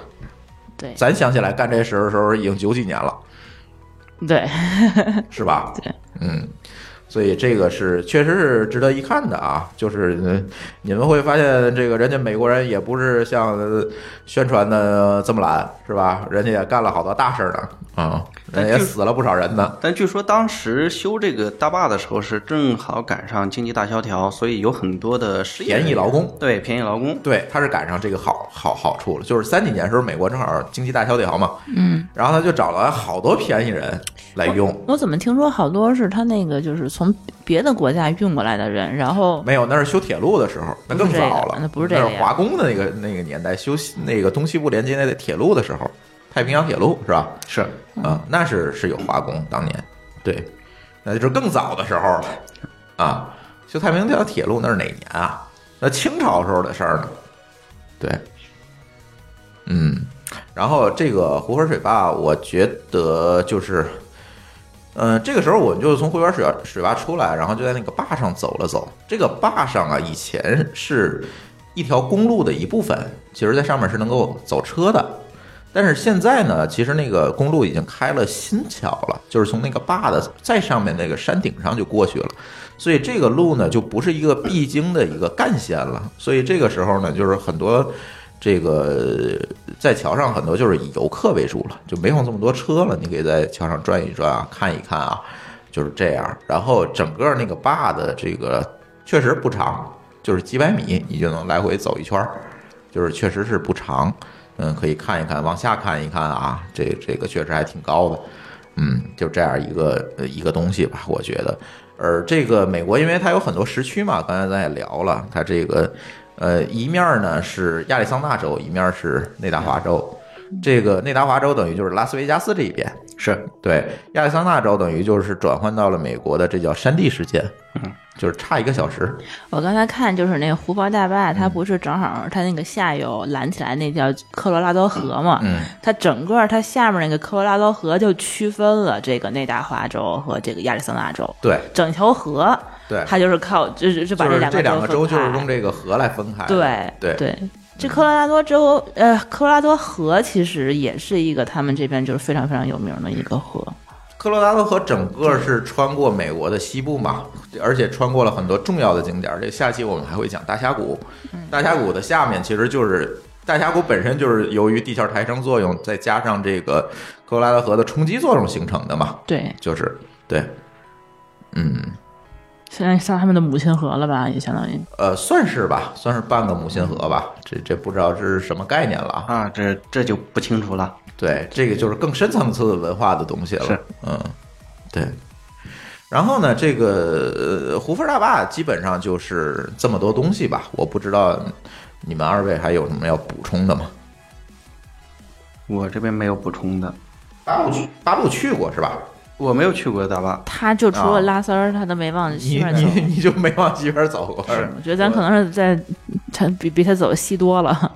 Speaker 4: 对
Speaker 1: 咱想起来干这事儿的时候已经九几年了，
Speaker 4: 对，
Speaker 1: 是吧？
Speaker 4: 对，
Speaker 1: 嗯，所以这个是确实是值得一看的啊。就是呃你们会发现，这个人家美国人也不是像呃宣传的这么懒，是吧？人家也干了好多大事儿呢，啊、
Speaker 3: 但
Speaker 1: 人家也
Speaker 3: 就
Speaker 1: 死了不少人呢。
Speaker 3: 但据说当时修这个大坝的时候是正好赶上经济大萧条，所以有很多的失业
Speaker 1: 便宜劳工，
Speaker 3: 对便宜劳工，
Speaker 1: 对，他是赶上这个好好好处了，就是三几年时候，美国正好经济大萧条嘛，
Speaker 4: 嗯，
Speaker 1: 然后他就找了好多便宜人，来用。
Speaker 4: 我怎么听说好多是他那个就是从别的国家运过来的人，然后
Speaker 1: 没有，那是修铁路的时候，那更
Speaker 4: 哦不是这个
Speaker 1: 早了，
Speaker 4: 那不是这个呀
Speaker 1: 那是华工的那个那个年代修西那个东西部连接的铁路的时候，太平洋铁路是吧？
Speaker 3: 是
Speaker 1: 啊、那是是有华工当年，对，那就是更早的时候了啊。修太平洋铁路那是哪年啊？那清朝时候的事儿呢？对，嗯，然后这个湖河水坝，我觉得就是，嗯，这个时候我们就是从湖河水啊水坝出来，然后就在那个坝上走了走。这个坝上啊，以前是一条公路的一部分，其实在上面是能够走车的。但是现在呢，其实那个公路已经开了新桥了，就是从那个坝的再上面那个山顶上就过去了，所以这个路呢就不是一个必经的一个干线了。所以这个时候呢，就是很多这个在桥上很多就是以游客为主了，就没有这么多车了，你可以在桥上转一转啊，看一看啊，就是这样。然后整个那个坝的这个确实不长，就是几百米你就能来回走一圈儿，就是确实是不长。嗯，可以看一看，往下看一看啊，这这个确实还挺高的，嗯，就这样一个呃一个东西吧，我觉得。而这个美国，因为它有很多时区嘛，刚才咱也聊了，它这个呃一面呢是亚利桑那州，一面是内达华州。这个内达华州等于就是拉斯维加斯这一边，
Speaker 3: 是，
Speaker 1: 对，亚利桑那州等于就是转换到了美国的这叫山地时间，
Speaker 3: 嗯，
Speaker 1: 就是差一个小时，
Speaker 4: 我刚才看就是那个胡佛大坝，它
Speaker 1: 嗯
Speaker 4: 不是正好它那个下游拦起来那叫科罗拉多河嘛，
Speaker 1: 嗯，
Speaker 4: 它整个它下面那个科罗拉多河就区分了这个内达华州和这个亚利桑那州，
Speaker 1: 对
Speaker 4: 整条河
Speaker 1: 对，
Speaker 4: 它就是靠就是就把
Speaker 1: 就是这两
Speaker 4: 两
Speaker 1: 个
Speaker 4: 个
Speaker 1: 州就是
Speaker 4: 分开
Speaker 1: 用这个河来分开的，
Speaker 4: 对
Speaker 1: 对嗯
Speaker 4: 对，这科罗拉多州，呃，科罗拉多河其实也是一个他们这边就是非常非常有名的一个河。
Speaker 1: 科罗拉多河整个是穿过美国的西部嘛，而且穿过了很多重要的景点儿。这下期我们还会讲大峡谷，大峡谷的下面其实就是大峡谷本身就是由于地壳抬升作用，再加上这个科罗拉多河的冲击作用形成的嘛，
Speaker 4: 对，
Speaker 1: 就是对，嗯，
Speaker 4: 现在像他们的母亲河了吧，也相当于。
Speaker 1: 呃，算是吧，算是半个母亲河吧，这这不知道这是什么概念了啊。
Speaker 3: 啊，这这就不清楚了。
Speaker 1: 对，这个就是更深层次的文化的东西了。
Speaker 3: 是，
Speaker 1: 嗯，对。然后呢，这个呃胡佛大坝基本上就是这么多东西吧。我不知道你们二位还有什么要补充的吗？
Speaker 3: 我这边没有补充的，
Speaker 1: 八路去，八路去过是吧？
Speaker 3: 我没有去过大坝，
Speaker 4: 他就除
Speaker 1: 啊
Speaker 4: 了拉丝儿，他都没往西
Speaker 1: 你
Speaker 4: 边走。
Speaker 1: 你你就没往西边走过？
Speaker 4: 我觉得咱可能是在他比比他走的西多了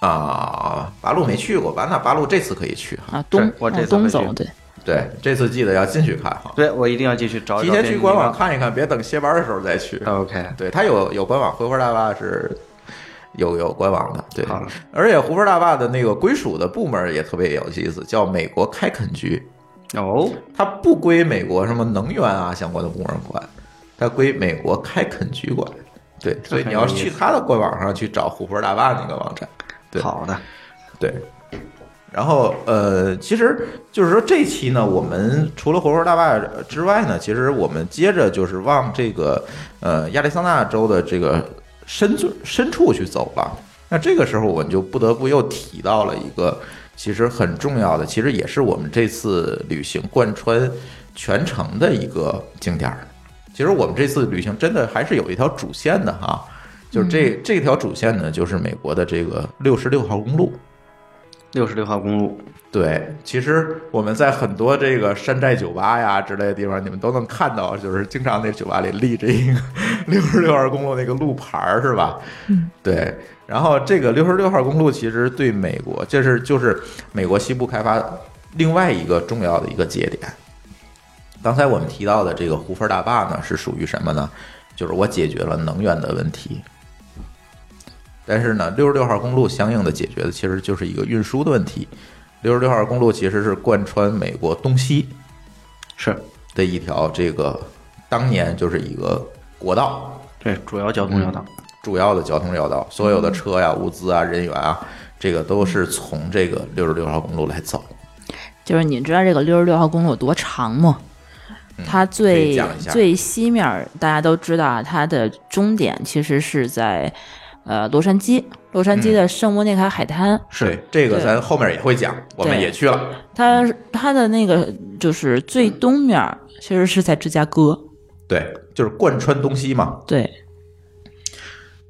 Speaker 1: 啊，八路没去过吧？那八路这次可以去哈。
Speaker 4: 啊，东
Speaker 3: 是我这
Speaker 4: 往
Speaker 3: 次
Speaker 4: 东
Speaker 3: 回去
Speaker 4: 走对。
Speaker 1: 对，这次记得要进去看哈，
Speaker 3: 对我一定要继续找一
Speaker 1: 提
Speaker 3: 找。啊
Speaker 1: 前去官网。看一看，别等歇班的时候再去。
Speaker 3: OK，
Speaker 1: 对，它有有官网，回佛大坝是有有官网的。对，
Speaker 3: 好了，
Speaker 1: 而且胡佛大坝的那个归属的部门也特别有意思，叫美国开垦局，
Speaker 3: 哦，
Speaker 1: 它不归美国什么能源啊相关的部门管，它归美国开垦局管。对，所以你要去它的官网上去找胡佛大坝那个网站。对
Speaker 3: 好的，
Speaker 1: 对。然后，呃，其实就是说这期呢，我们除了活佛大坝之外呢，其实我们接着就是往这个呃亚利桑那州的这个深处深处去走了。那这个时候，我们就不得不又提到了一个其实很重要的，其实也是我们这次旅行贯穿全程的一个景点儿。其实我们这次旅行真的还是有一条主线的哈，就是这这条主线呢，就是美国的这个六十六号公路。
Speaker 3: 六十六号公路，
Speaker 1: 对，其实我们在很多这个山寨酒吧呀之类的地方，你们都能看到，就是经常那酒吧里立着一个 *laughs* 六十六号公路那个路牌儿，是吧？嗯，对。然后这个六十六号公路其实对美国，这是就是美国西部开发另外一个重要的一个节点。刚才我们提到的这个胡佛大坝呢，是属于什么呢？就是我解决了能源的问题，但是呢，六十六号公路相应的解决的其实就是一个运输的问题。六十六号公路其实是贯穿美国东西
Speaker 3: 是
Speaker 1: 的一条这个当年就是一个国道，
Speaker 3: 对主要交通要道。
Speaker 1: 主要的交通要道，所有的车呀、物资啊、人员啊，这个都是从这个六十六号公路来走。
Speaker 4: 就是你知道这个六十六号公路有多长吗？它
Speaker 1: 可以
Speaker 4: 最
Speaker 1: 讲一下
Speaker 4: 最西面儿，大家都知道啊，它的终点其实是在呃洛杉矶，洛杉矶的圣莫涅卡海滩，
Speaker 1: 是这个，
Speaker 4: 对
Speaker 1: 咱后面也会讲，我们
Speaker 4: 对
Speaker 1: 也去了。
Speaker 4: 它它的那个就是最东面儿其实是在芝加哥，
Speaker 1: 对，就是贯穿东西嘛。
Speaker 4: 对，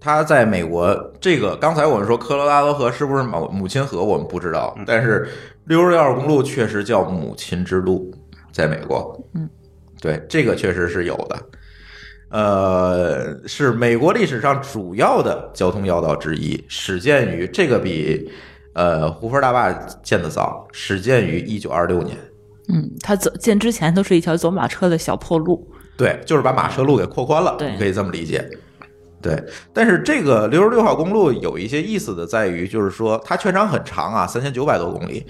Speaker 1: 它在美国这个，刚才我们说科罗拉多河是不是母母亲河，我们不知道，但是六十六号公路确实叫母亲之路，在美国，
Speaker 4: 嗯，
Speaker 1: 对，这个确实是有的，呃，是美国历史上主要的交通要道之一，始建于这个比呃胡佛大坝建的早，始建于一九二六年，
Speaker 4: 嗯，它走建之前都是一条走马车的小破路，
Speaker 1: 对，就是把马车路给扩宽了，
Speaker 4: 对
Speaker 1: 你可以这么理解。对，但是这个六十六号公路有一些意思的在于，就是说它全长很长啊，三千九百多公里。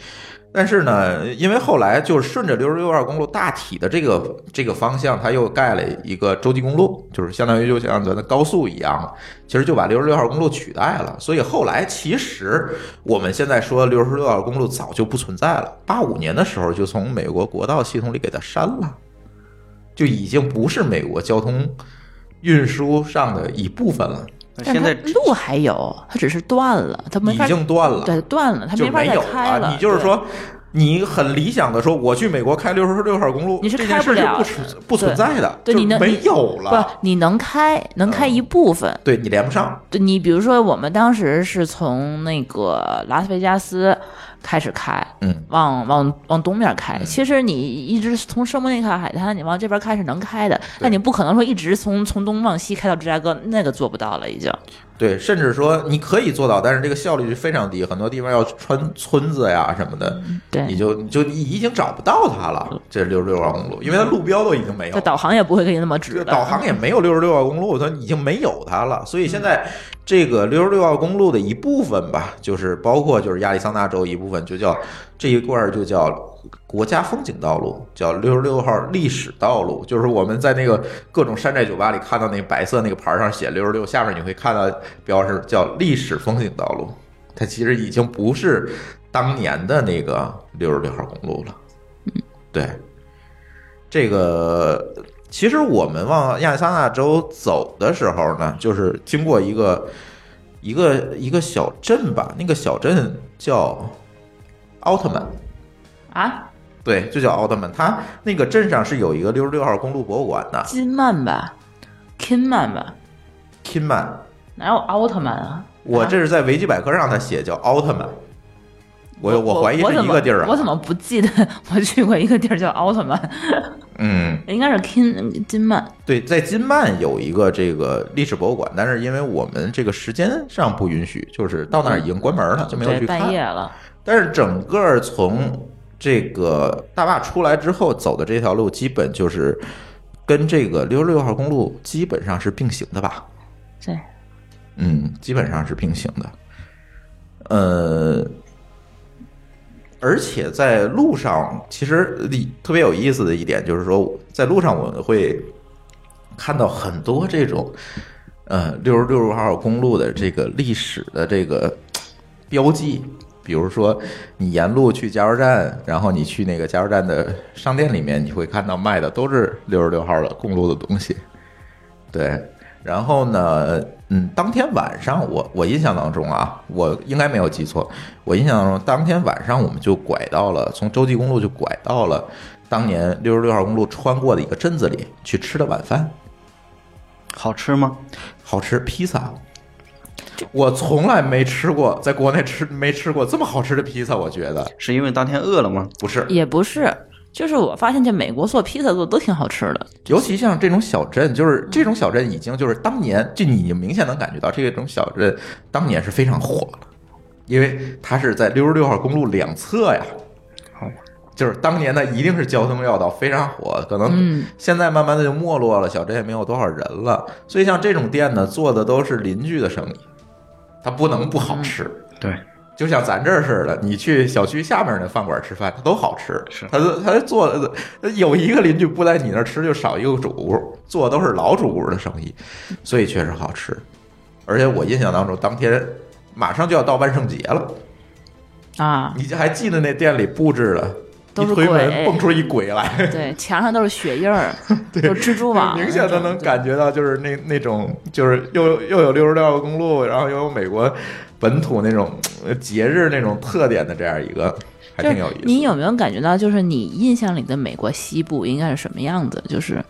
Speaker 1: 但是呢，因为后来就是顺着六十六号公路大体的这个这个方向，它又盖了一个洲际公路，就是相当于就像咱的高速一样，其实就把六十六号公路取代了。所以后来其实我们现在说六十六号公路早就不存在了，八五年的时候就从美国国道系统里给它删了。就已经不是美国交通运输上的一部分了，
Speaker 4: 但是
Speaker 3: 现在
Speaker 4: 它路还有，它只是断了，它没
Speaker 1: 已
Speaker 4: 法
Speaker 1: 经断了，
Speaker 4: 对断了，它
Speaker 1: 就
Speaker 4: 没法
Speaker 1: 没
Speaker 4: 再
Speaker 1: 有
Speaker 4: 开
Speaker 1: 了。你就是
Speaker 4: 对
Speaker 1: 说，你很理想的说，我去美国开六十六号公路，
Speaker 4: 你是
Speaker 1: 这件
Speaker 4: 开不
Speaker 1: 事是
Speaker 4: 了
Speaker 1: 不存不存在的，
Speaker 4: 对
Speaker 1: 就
Speaker 4: 你能
Speaker 1: 没
Speaker 4: 你
Speaker 1: 有
Speaker 4: 不
Speaker 1: 了，，嗯
Speaker 4: 你能开，能开一部分。
Speaker 1: 对你连不上，
Speaker 4: 对你比如说，我们当时是从那个拉斯维加斯开始开，
Speaker 1: 嗯，
Speaker 4: 往往往东面开。其实你一直从圣莫尼卡海滩，你往这边开是能开的，但你不可能说一直从从东往西开到芝加哥，那个做不到了，已经。
Speaker 1: 对，甚至说你可以做到，但是这个效率是非常低，很多地方要穿村子呀什么的，你
Speaker 4: 对，嗯
Speaker 1: 就你就已经找不到它了。这六十六号公路，因为它路标都已经没有
Speaker 4: 它
Speaker 1: 了。
Speaker 4: 导航也不会给你那么
Speaker 1: 这
Speaker 4: 直
Speaker 1: 个
Speaker 4: 的。
Speaker 1: 导航也没有六十六号公路，它已经没有它了。所以现在这个六十六号公路的一部分吧，就是包括就是亚利桑那州一部分，就叫这一块儿就叫国家风景道路，叫六十六号历史道路。就是我们在那个各种山寨酒吧里看到那个白色那个牌儿上写六十六，下面你会看到标识叫历史风景道路。它其实已经不是当年的那个六十六号公路了。对，这个其实我们往亚利桑那州走的时候呢，就是经过一个一个一个小镇吧，那个小镇叫奥特曼，
Speaker 4: 啊，
Speaker 1: 对，就叫奥特曼。它那个镇上是有一个六十六号公路博物馆的
Speaker 4: 金曼吧，Kinman 吧，
Speaker 1: ，Kinman。
Speaker 4: 哪有奥特曼啊？
Speaker 1: 我
Speaker 4: 啊
Speaker 1: 这是在维基百科上它写叫奥特曼，我我怀疑
Speaker 4: 我
Speaker 1: 是
Speaker 4: 怎
Speaker 1: 一
Speaker 4: 么
Speaker 1: 个地儿啊。
Speaker 4: 我怎么不记得我去过一个地儿叫奥特曼？
Speaker 1: 嗯？
Speaker 4: *laughs* 应该是金金曼。
Speaker 1: 对，在金曼有一个这个历史博物馆，但是因为我们这个时间上不允许，就是到那儿已经关门了，就没有
Speaker 4: 哦对，
Speaker 1: 去看。
Speaker 4: 半夜了，
Speaker 1: 但是整个从这个大坝出来之后走的这条路，基本就是跟这个六十六号公路基本上是并行的吧？
Speaker 4: 对，
Speaker 1: 嗯，基本上是并行的。呃，而且在路上，其实里特别有意思的一点就是说，在路上我们会看到很多这种，呃，六十六号公路的这个历史的这个呃标记，比如说你沿路去加油站，然后你去那个加油站的商店里面，你会看到卖的都是六十六号的公路的东西。对，然后呢，嗯，当天晚上我我印象当中啊，我应该没有记错，我印象当中当天晚上我们就拐到了从洲际公路就拐到了当年六十六号公路穿过的一个镇子里去吃的晚饭，
Speaker 3: 好吃吗？
Speaker 1: 好吃披萨。我从来没吃过，在国内吃没吃过这么好吃的披萨，我觉得
Speaker 3: 是因为当天饿了吗？
Speaker 1: 不是，
Speaker 4: 也不是，就是我发现这美国做披萨做的都挺好吃的，
Speaker 1: 尤其像这种小镇，就是这种小镇已经就是当年，就你明显能感觉到这种小镇当年是非常火了，因为它是在六十六号公路两侧呀，就是当年呢一定是交通要道非常火，可能
Speaker 4: 嗯
Speaker 1: 现在慢慢的就没落了，小镇也没有多少人了，所以像这种店呢做的都是邻居的生意，它不能不好吃。
Speaker 3: 对，
Speaker 1: 就像咱这儿似的，你去小区下面那饭馆吃饭，它都好吃。
Speaker 3: 是
Speaker 1: 它它做的有一个邻居不在你那儿吃，就少一个主顾，做的都是老主顾的生意，所以确实好吃。而且我印象当中，当天马上就要到万圣节了，
Speaker 4: 啊，
Speaker 1: 你还记得那店里布置了
Speaker 4: 都是
Speaker 1: 一推门
Speaker 4: 鬼
Speaker 1: 蹦出一鬼来，
Speaker 4: 对，墙上都是血
Speaker 1: *laughs*
Speaker 4: 印儿，有蜘蛛网，
Speaker 1: 明显的能感觉到就是那那种就是又又有六十六个公路，然后又有美国本土那种呃节日那种特点的这样一个，还
Speaker 4: 就
Speaker 1: 挺
Speaker 4: 是
Speaker 1: 有意思。
Speaker 4: 你有没有感觉到，就是你印象里的美国西部应该是什么样子？就是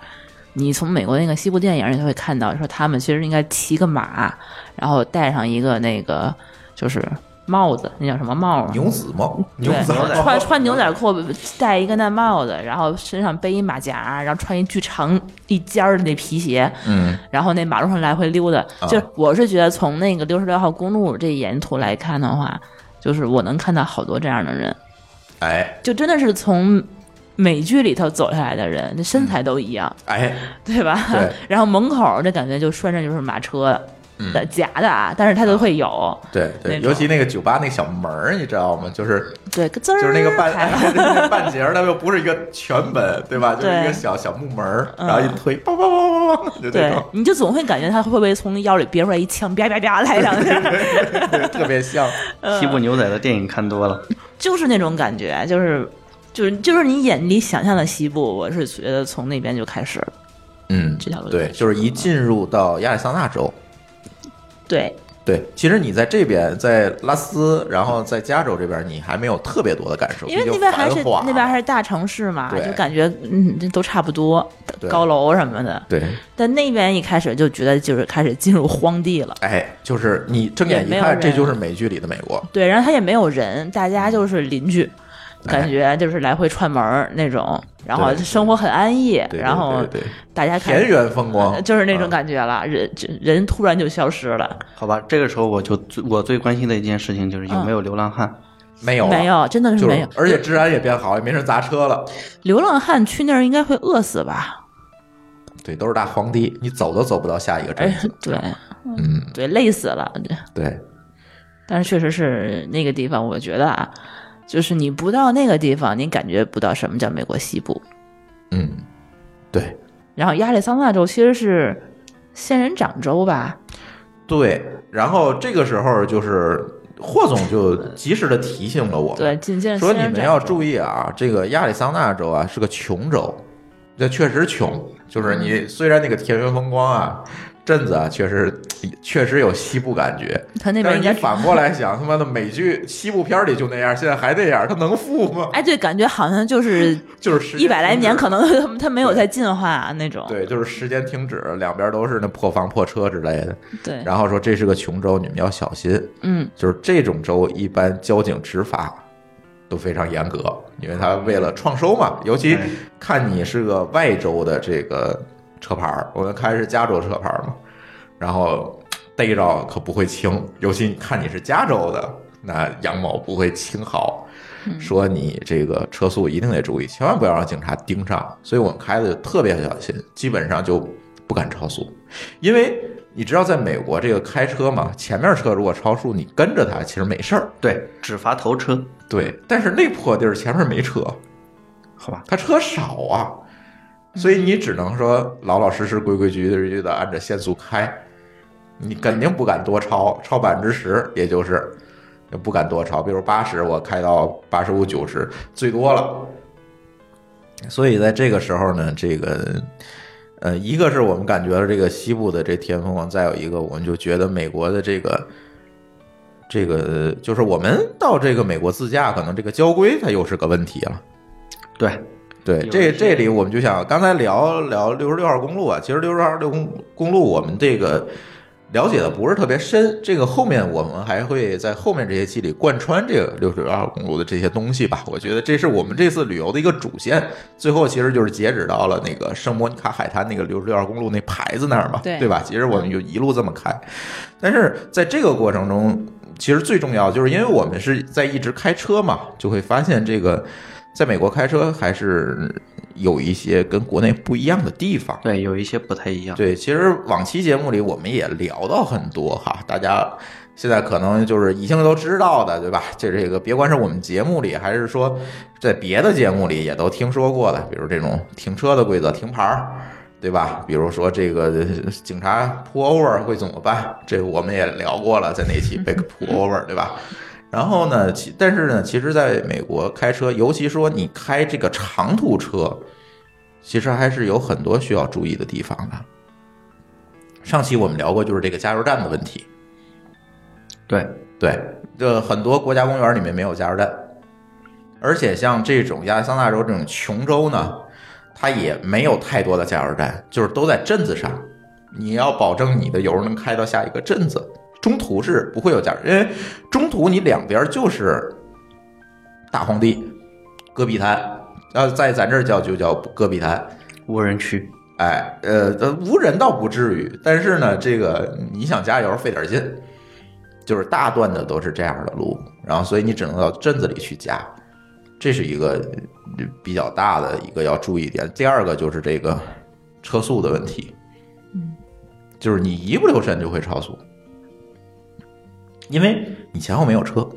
Speaker 4: 你从美国那个西部电影里头会看到，说他们其实应该骑个马，然后戴上一个那个就是帽子，那叫什么帽啊？
Speaker 1: 牛子帽，
Speaker 4: 对
Speaker 1: 牛子帽，
Speaker 4: 穿穿牛仔裤，戴一个那帽子，然后身上背一马甲，然后穿一巨长一尖儿的那皮鞋，
Speaker 1: 嗯，
Speaker 4: 然后那马路上来回溜达。
Speaker 1: 啊
Speaker 4: 就是我是觉得从那个六十六号公路这沿途来看的话，就是我能看到好多这样的人。
Speaker 1: 哎
Speaker 4: 就真的是从美剧里头走下来的人，那身材都一样，
Speaker 1: 哎，
Speaker 4: 对吧？
Speaker 1: 嗯对
Speaker 4: *laughs*
Speaker 1: 嗯
Speaker 4: 然后门口那感觉就拴着就是马车的、假的啊，但是它都会有，
Speaker 1: 对对，
Speaker 4: 那种
Speaker 1: 尤其那个酒吧那小门儿，你知道吗？就是
Speaker 4: 对，个滋儿
Speaker 1: *laughs* 就是那个半、
Speaker 4: 开
Speaker 1: 那半截儿，它又不是一个全本，对吧？就是
Speaker 4: 对
Speaker 1: 一个小小木门儿，
Speaker 4: 嗯
Speaker 1: 然后一推，梆梆梆梆梆，就那
Speaker 4: 对
Speaker 1: 种，，
Speaker 4: 你就总会感觉他会不会从腰里憋出来一枪，啪啪啪来两下，
Speaker 1: 对 *laughs* 特别像。
Speaker 4: 嗯
Speaker 3: 西部牛仔的电影看多了，
Speaker 4: *laughs* 就是那种感觉，就是就是就是你眼里想象的西部，我是觉得从那边就开始了，
Speaker 1: 嗯，
Speaker 4: 这条路
Speaker 1: 对，就是一进入到亚利桑那州，
Speaker 4: 对，
Speaker 1: 对，其实你在这边，在拉斯，然后在加州这边，你还没有特别多的感受，
Speaker 4: 因为
Speaker 1: 毕竟
Speaker 4: 那边还是
Speaker 1: 繁华
Speaker 4: 那边还是大城市嘛，
Speaker 1: 对
Speaker 4: 就感觉嗯这都差不多
Speaker 1: 对，
Speaker 4: 高楼什么的，
Speaker 1: 对，
Speaker 4: 但那边一开始就觉得就是开始进入荒地了，
Speaker 1: 哎，就是你睁眼一
Speaker 4: 也没有
Speaker 1: 看，
Speaker 4: 人
Speaker 1: 这就是美剧里的美国，
Speaker 4: 对，然后他也没有人，大家就是邻居，感觉就是来回串门儿那种，然后
Speaker 1: 哎对
Speaker 4: 生活很安逸，
Speaker 1: 对对
Speaker 4: 然后
Speaker 1: 对对对
Speaker 4: 大家看
Speaker 1: 田园风光，
Speaker 4: 呃就是那种
Speaker 1: 觉。
Speaker 4: 感觉了，人人人突然就消失了，
Speaker 3: 好吧，这个时候我就最我最关心的一件事情就是有没
Speaker 4: 嗯
Speaker 3: 有流浪汉。
Speaker 1: 没有了，啊
Speaker 4: 没有，真的是
Speaker 1: 就
Speaker 4: 没
Speaker 1: 是
Speaker 4: 有。
Speaker 1: 而且治安也变好，也没人砸车了。
Speaker 4: 流浪汉去那儿应该会饿死吧？
Speaker 1: 对，都是大荒地，你走都走不到下一个镇
Speaker 4: 哎
Speaker 1: 子。，
Speaker 4: 对
Speaker 1: 嗯，
Speaker 4: 对，累死了。
Speaker 1: 对，
Speaker 4: 但是确实是那个地方，我觉得啊，就是你不到那个地方，你感觉不到什么叫美国西部。
Speaker 1: 嗯，对
Speaker 4: 然后亚利桑那州其实是仙人掌州吧？
Speaker 1: 对。然后这个时候就是霍总就及时的提醒了我
Speaker 4: 对，
Speaker 1: 们，
Speaker 4: 仅见
Speaker 1: 哦说你们要注
Speaker 4: 意，
Speaker 1: 意啊，这个亚利桑那州啊是个穷州，这确实穷，就是
Speaker 4: 嗯
Speaker 1: 你虽然那个田园风光啊。镇子啊，确实确实有西部感觉，
Speaker 4: 他那
Speaker 1: 但
Speaker 4: 边
Speaker 1: 是
Speaker 4: 应
Speaker 1: 你
Speaker 4: 该
Speaker 1: 反过来想，他妈的美剧西部片里就那样，现在还那样，他能富吗？
Speaker 4: 哎，对，感觉好像就是
Speaker 1: *laughs* 就是时间
Speaker 4: 一百来
Speaker 1: 停止
Speaker 4: 年，可
Speaker 1: *laughs*
Speaker 4: 能他没有在进化啊那种。
Speaker 1: 对，就是时间停止，两边都是那破房破车之类的。
Speaker 4: 对，
Speaker 1: 然后说这是个穷州，你们要小心。
Speaker 4: 嗯，
Speaker 1: 就是这种州，一般交警执法都非常严格，因为他为了创收嘛。尤其
Speaker 3: 哎
Speaker 1: 看你是个外州的这个车牌儿，我们开的是加州车牌儿嘛，然后逮着可不会轻。尤其你看你是加州的，那杨某不会轻好。说你这个车速一定得注意，千万不要让警察盯上。所以我们开的就特别小心，基本上就不敢超速，因为你知道，在美国这个开车嘛，前面车如果超速，你跟着他其实没事儿，
Speaker 3: 对，只罚头车，
Speaker 1: 对。但是那破地儿前面没车，
Speaker 3: 好吧，
Speaker 1: 他车少啊，所以你只能说老老实实、规规矩矩的按着限速开，你肯定不敢多超，超百分之十，也就是也不敢多超。比如八十，我开到八十五、九十，最多了。所以在这个时候呢，这个呃，一个是我们感觉了这个西部的这田园风光，再有一个我们就觉得美国的这个。这个就是我们到这个美国自驾，可能这个交规它又是个问题了。
Speaker 3: 对，
Speaker 1: 对，
Speaker 3: 有
Speaker 1: 这
Speaker 3: 一些
Speaker 1: 这里我们就想刚才聊聊六十六号公路啊，其实六十六号六公公路我们这个了解的不是特别深，这个后面我们还会在后面这些期里贯穿这个六十六号公路的这些东西吧。我觉得这是我们这次旅游的一个主线，最后其实就是截止到了那个圣莫尼卡海滩那个六十六号公路那牌子那儿嘛，
Speaker 4: 对
Speaker 1: 对吧？其实我们就一路这么开，但是在这个过程中，其实最重要就是因为我们是在一直开车嘛，就会发现这个在美国开车还是有一些跟国内不一样的地方。
Speaker 3: 对，有一些不太一样。
Speaker 1: 对，其实往期节目里我们也聊到很多哈，大家现在可能就是已经都知道的，对吧？就这个，别管是我们节目里，还是说在别的节目里也都听说过的，比如这种停车的规则、停牌儿，对吧？比如说这个呃
Speaker 3: *laughs*
Speaker 1: 警察 pull over 会怎么办？这个我们也聊过了，在那期被 pull over，对吧？然后呢，其但是呢，其实在美国开车，尤其说你开这个长途车，其实还是有很多需要注意的地方的。上期我们聊过，就是这个加油站的问题。
Speaker 3: 对，
Speaker 1: 对，这很多国家公园里面没有加油站，而且像这种亚利桑那州这种穷州呢，它也没有太多的加油站，就是都在镇子上。你要保证你的油能开到下一个镇子，中途是不会有加油，因为中途你两边就是大荒地、戈壁滩，呃，在咱这儿叫就叫戈壁滩，
Speaker 3: 无人区。
Speaker 1: 哎，呃，呃无人倒不至于，但是呢，这个你想加油费点劲，就是大段的都是这样的路，然后所以你只能到镇子里去加，这是一个呃比较大的一个要注意点。第二个就是这个车速的问题，就是你一不留神就会超速，因为你前后没有车，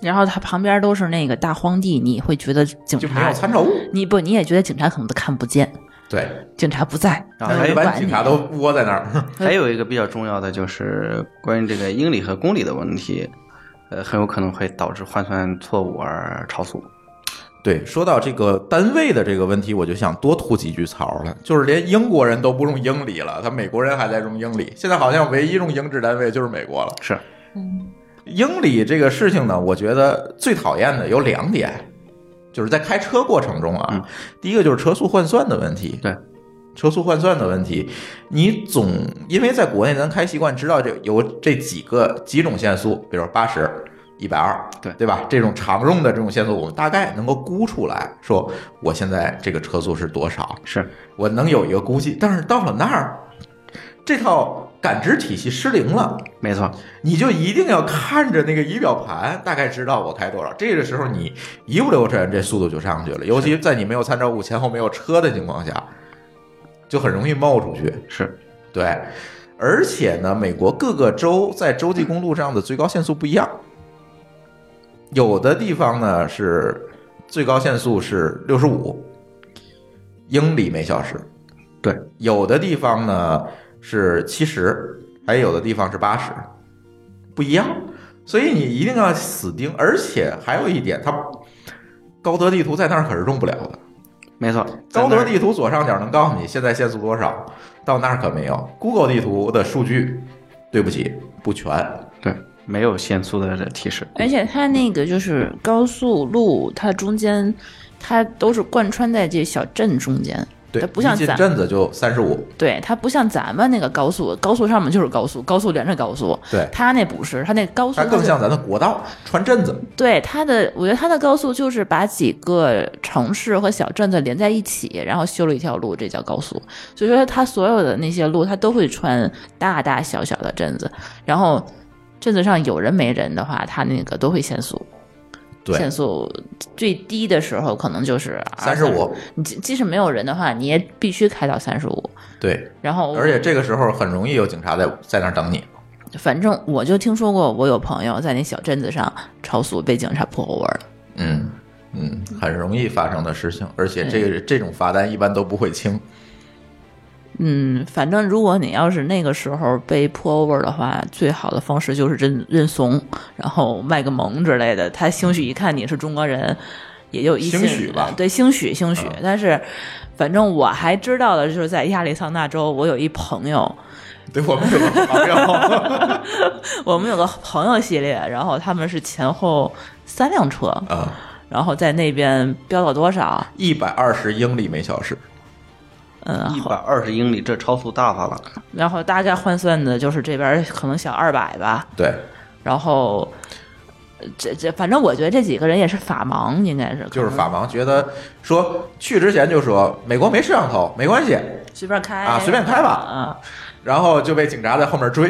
Speaker 4: 然后它旁边都是那个大荒地，你会觉得警
Speaker 1: 就没有
Speaker 4: 察，
Speaker 1: 参照物，
Speaker 4: 你不，你也觉得警察可能都看不见，
Speaker 1: 对，
Speaker 4: 警察不在，
Speaker 3: 啊
Speaker 4: 没有
Speaker 1: 那一
Speaker 4: 人
Speaker 1: 般
Speaker 4: 管
Speaker 1: 警
Speaker 4: 你。
Speaker 1: 察都窝在那儿，
Speaker 3: 还有一个比较重要的就是关于这个英里和公里的问题，呃，很有可能会导致换算错误而超速。
Speaker 1: 对，说到这个单位的这个问题，我就想多吐几句槽了。就是连英国人都不用英里了，他美国人还在用英里。现在好像唯一用英制单位就是美国了。
Speaker 3: 是，
Speaker 1: 英里这个事情呢，我觉得最讨厌的有两点，就是在开车过程中啊，
Speaker 3: 嗯
Speaker 1: 第一个就是车速换算的问题。
Speaker 3: 对。
Speaker 1: 车速换算的问题，你总因为在国内咱开习惯知道这有这几个几种限速，比如八十、一百二，
Speaker 3: 对
Speaker 1: 对吧？这种常用的这种限速，我们大概能够估出来，说我现在这个车速是多少，
Speaker 3: 是
Speaker 1: 我能有一个估计。但是到了那儿，这套感知体系失灵了，
Speaker 3: 没错，
Speaker 1: 你就一定要看着那个仪表盘，大概知道我开多少。这个时候你一不留神，这速度就上去了。尤其在你没有参照物、前后没有车的情况下，就很容易冒出去。
Speaker 3: 是
Speaker 1: 对，而且呢，美国各个州在洲际公路上的最高限速不一样，有的地方呢是最高限速是六十五英里每小时，
Speaker 3: 对，
Speaker 1: 有的地方呢是七十，还有的地方是八十，不一样。所以你一定要死盯，而且还有一点，它高德地图在那儿可是用不了的。
Speaker 3: 没错。
Speaker 1: 高德
Speaker 3: 在那儿
Speaker 1: 地图左上角能告诉你现在限速多少，到那儿可没有。Google 地图的数据，对不起，不全。
Speaker 3: 对没有限速的提示，
Speaker 4: 而且它那个就是高速路，它中间它都是贯穿在这小镇中间，
Speaker 1: 对，
Speaker 4: 它不像
Speaker 1: 一进
Speaker 4: 咱
Speaker 1: 镇子就三十五。
Speaker 4: 对，它不像咱们那个高速，高速上面就是高速，高速连着高速。
Speaker 1: 对
Speaker 4: 它那不是，它那高速
Speaker 1: 它
Speaker 4: 它
Speaker 1: 更
Speaker 4: 是
Speaker 1: 像咱的国道穿镇子，
Speaker 4: 对它的，我觉得它的高速就是把几个城市和小镇子连在一起，然后修了一条路，这叫高速。所以说它所有的那些路，它都会穿大大小小的镇子，然后镇子上有人没人的话，它那个都会限速。
Speaker 1: 对
Speaker 4: 限速最低的时候可能就是
Speaker 1: 三十五。。
Speaker 4: 你即即使没有人的话，你也必须开到三十五。
Speaker 1: 对，
Speaker 4: 然后，
Speaker 1: 而且这个时候很容易有警察在在那儿等你。
Speaker 4: 反正我就听说过，我有朋友在那小镇子上超速被警察破后文了。
Speaker 1: 嗯嗯，很容易发生的事情，而且这个这种罚单一般都不会轻。
Speaker 4: 嗯，反正如果你要是那个时候被 pull over 的话，最好的方式就是认认怂，然后卖个萌之类的。他兴许一看你是中国人，也有一些呃
Speaker 1: 兴许吧
Speaker 4: 对，兴许兴许。
Speaker 1: 嗯
Speaker 4: 但是，反正我还知道的就是在亚利桑那州，我有一朋友，
Speaker 1: 对我们有个朋友
Speaker 4: *laughs* 我们有个朋友系列，然后他们是前后三辆车，
Speaker 1: 啊，
Speaker 4: 然后在那边飙到多少？
Speaker 1: 一百二十英里每小时。
Speaker 4: 嗯，
Speaker 3: 一百二十英里，这超速大发了。
Speaker 4: 然后大概换算的就是这边儿可能小二百吧，
Speaker 1: 对，
Speaker 4: 然后呃这这反正我觉得这几个人也是法盲，应该是
Speaker 1: 就是
Speaker 4: 可能
Speaker 1: 法盲觉得说去之前就说美国没摄像头，没关系，
Speaker 4: 随便开
Speaker 1: 啊随便开吧
Speaker 4: 啊，
Speaker 1: 然后就被警察在后面追。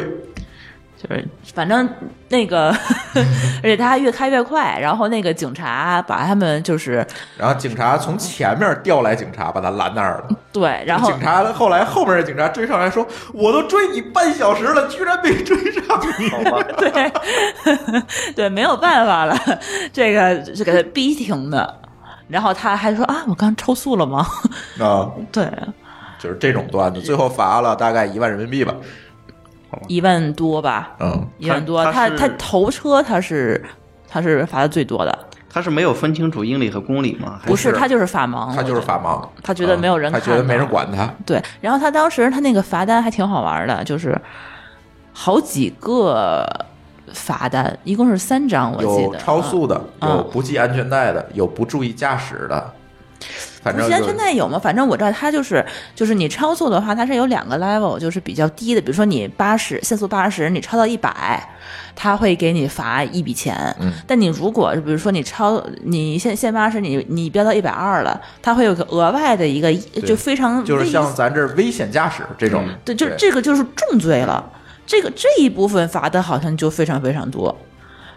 Speaker 4: 就是反正那个，
Speaker 1: *laughs*
Speaker 4: 而且他还越开越快，然后那个警察把他们就是
Speaker 1: 然后警察从前面调来警察，把他拦那儿了。
Speaker 4: 对，然后
Speaker 1: 警察后来后面的警察追上来说：“我都追你半小时了，居然没追上你。
Speaker 4: 对 *laughs* 对，没有办法了，这个就给他逼停的。然后他还说啊，我刚超速了吗？ *laughs*
Speaker 1: 啊，
Speaker 4: 对，
Speaker 1: 就是这种段子，最后罚了大概一万人民币吧。
Speaker 3: 好吗？
Speaker 4: 一万多吧，
Speaker 1: 嗯，
Speaker 4: 一万多。
Speaker 3: 它
Speaker 4: 他
Speaker 3: 它是
Speaker 4: 他头车他是他是罚的最多的，
Speaker 3: 他是没有分清楚英里和公里吗？还
Speaker 4: 不
Speaker 3: 是
Speaker 4: 是他就是法盲，
Speaker 1: 他就是
Speaker 4: 我觉得
Speaker 1: 法盲，
Speaker 4: 哦
Speaker 1: 嗯
Speaker 4: 他觉得没有人
Speaker 1: 他
Speaker 4: 看，
Speaker 1: 觉得没人。管他，
Speaker 4: 对，然后他当时他那个罚单还挺好玩的，就是好几个罚单，一共是三张，我记
Speaker 1: 有
Speaker 4: 得
Speaker 1: 超速的，
Speaker 4: 嗯
Speaker 1: 有不系安全带的，有不注意驾驶的，反
Speaker 4: 不
Speaker 1: 正就
Speaker 4: 是安全带有吗？反正我知道它就是就是你超速的话，它是有两个 level，就是比较低的，比如说你八十限速八十，你超到一百，它会给你罚一笔钱。
Speaker 1: 嗯
Speaker 4: 但你如果比如说你超你限限八十，你你飙到一百二了，它会有个额外的一个就非常
Speaker 1: 就是
Speaker 4: 危
Speaker 1: 像咱这儿危险驾驶这种，
Speaker 4: 嗯对，就是这个就是重罪了。这个这一部分罚的好像就非常非常多，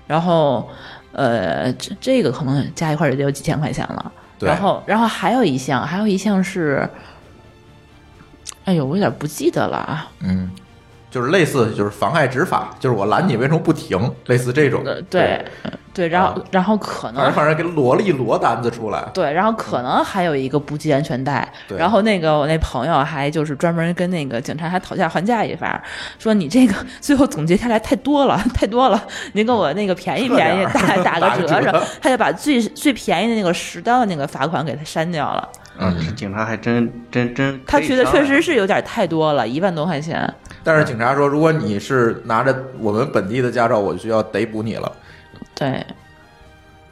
Speaker 4: 然后呃，这这个可能加一块儿也得有几千块钱了。
Speaker 1: 对
Speaker 4: 然后然后还有一项，还有一项是，哎呦，我有点不记得了啊。
Speaker 1: 嗯，就是类似就是妨碍执法，就是我拦你为什么不停，类似这种
Speaker 4: 呃，，对，对，然后、
Speaker 1: 啊
Speaker 4: 然后可
Speaker 1: 反正
Speaker 4: 能。
Speaker 1: 反正给摞了一摞单子出来，
Speaker 4: 对，然后可能还有一个不系安全带，
Speaker 1: 嗯对
Speaker 4: 然后那个我那朋友还就是专门跟那个警察还讨价还价一番，说你这个
Speaker 1: *laughs*
Speaker 4: 最后总结下来太多了，太多了，您给我那个便宜
Speaker 1: 撤
Speaker 4: 便宜
Speaker 1: 点儿 *laughs*
Speaker 4: 打打个
Speaker 1: 打个
Speaker 4: 折
Speaker 1: 折
Speaker 4: 上，他就把最最便宜的那个十刀的那个罚款给他删掉了。
Speaker 1: 嗯，
Speaker 3: 警察还真真真，
Speaker 4: 他觉得确实是有点太多了，一万多块钱。
Speaker 1: 但是警察说，如果你是拿着我们本地的驾照，我就要逮捕你了，
Speaker 4: 对，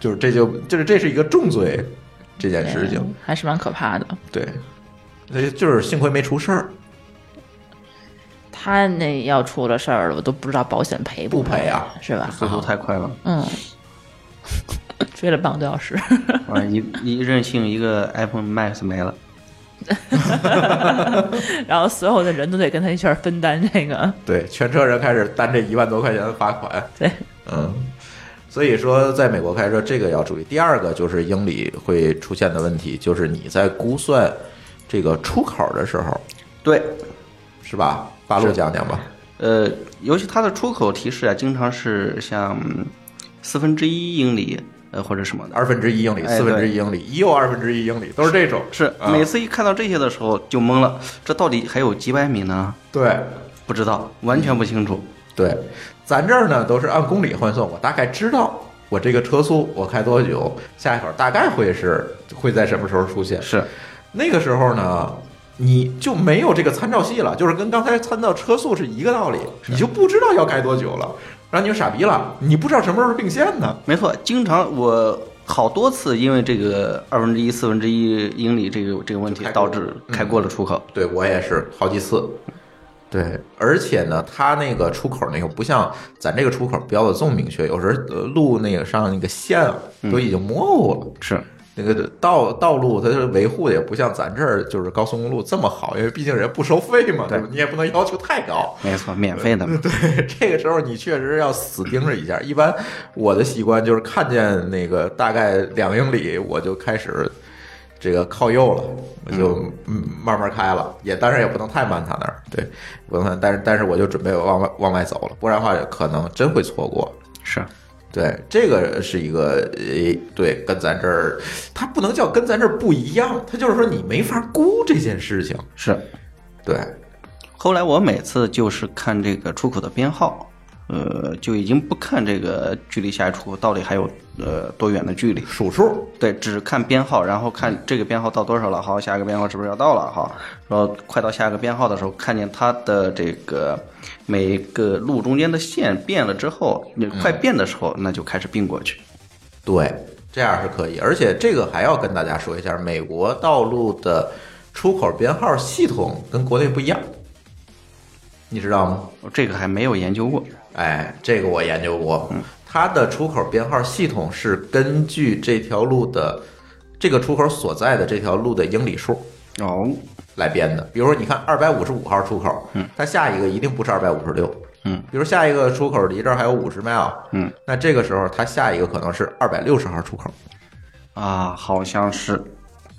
Speaker 1: 就是这就就是这是一个重罪，这件事情，
Speaker 4: 嗯还是蛮可怕的。
Speaker 1: 对，所以就是幸亏没出事儿，
Speaker 4: 他那要出了事儿了，我都不知道保险赔
Speaker 1: 不
Speaker 4: 赔
Speaker 1: 赔啊，
Speaker 4: 是吧？
Speaker 3: 速度太快了，
Speaker 4: 嗯， *laughs* 追了半个多小时。
Speaker 3: 完了啊一一任性一个 iPhone Max 没了，
Speaker 4: 然后所有的人都得跟他一块儿分担这 *laughs* 个。
Speaker 1: 对，全车人开始担这一万多块钱的罚款，
Speaker 4: 对，
Speaker 1: 嗯，所以说在美国开车这个要注意。第二个就是英里会出现的问题，就是你在估算这个出口的时候，
Speaker 3: 对，
Speaker 1: 是吧？八路
Speaker 3: 是
Speaker 1: 讲讲吧，
Speaker 3: 呃，尤其它的出口提示啊，经常是像四分之一英里，呃或者什么的，
Speaker 1: 二分之一英里、
Speaker 3: 哎
Speaker 1: 四分之
Speaker 3: 对
Speaker 1: 一英里、一又二分之一英里，都是这种。
Speaker 3: 是
Speaker 1: 啊
Speaker 3: 每次一看到这些的时候就懵了，这到底还有几百米呢？
Speaker 1: 对
Speaker 3: 不知道，完全不清楚。
Speaker 1: 对，咱这儿呢都是按公里换算，我大概知道我这个车速我开多久，下一口大概会是会在什么时候出现。
Speaker 3: 是，
Speaker 1: 那个时候呢，你就没有这个参照系了，就是跟刚才参照车速是一个道理，你就不知道要开多久了，然后你就傻逼了，你不知道什么时候是并线呢。
Speaker 3: 没错，经常我好多次因为这个二分之一、四分之一英里这个这个问题
Speaker 1: 就开，过
Speaker 3: 导
Speaker 1: 了
Speaker 3: 致
Speaker 1: 嗯
Speaker 3: 开过了出口。
Speaker 1: 对我也是好几次。对，而且呢，它那个出口那个不像咱这个出口标的这么明确，有时候呃路那个上那个线啊都已经模糊了，
Speaker 3: 是，
Speaker 1: 那个道道路它是维护的也不像咱这儿就是高速公路这么好，因为毕竟人不收费嘛，对吧？你也不能要求太高。
Speaker 3: 没错，免费的嘛。
Speaker 1: 对， *laughs* 这个时候你确实要死盯着一下。一般我的习惯就是看见那个大概两英里，我就开始这个靠右了，我就嗯慢慢开了，也当然也不能太慢，他那儿对，不能太，但是但是我就准备往外往外走了，不然的话可能真会错过。
Speaker 3: 是，
Speaker 1: 对，这个是一个诶，对，跟咱这儿，它不能叫跟咱这儿不一样，它就是说你没法估这件事情。
Speaker 3: 是。
Speaker 1: 对，
Speaker 3: 后来我每次就是看这个出口的编号，呃，就已经不看这个距离下一出口到底还有呃多远的距离，
Speaker 1: 数数，
Speaker 3: 对，只看编号，然后看这个编号到多少了，好，下一个编号是不是要到了，好，然后快到下一个编号的时候，看见它的这个每个路中间的线变了之后，你快变的时候，那就开始并过去。
Speaker 1: 对，这样是可以。而且这个还要跟大家说一下，美国道路的出口编号系统跟国内不一样，你知道吗？
Speaker 3: 这个还没有研究过，
Speaker 1: 哎，这个我研究过，它的出口编号系统是根据这条路的这个出口所在的这条路的英里数。
Speaker 3: 哦，
Speaker 1: 来编的。比如说，你看二百五十五号出口，嗯，它下一个一定不是二百五十六，
Speaker 3: 嗯，
Speaker 1: 比如下一个出口离这儿还有五十 mile，
Speaker 3: 嗯，
Speaker 1: 那这个时候它下一个可能是二百六十号出口。
Speaker 3: 啊，好像是，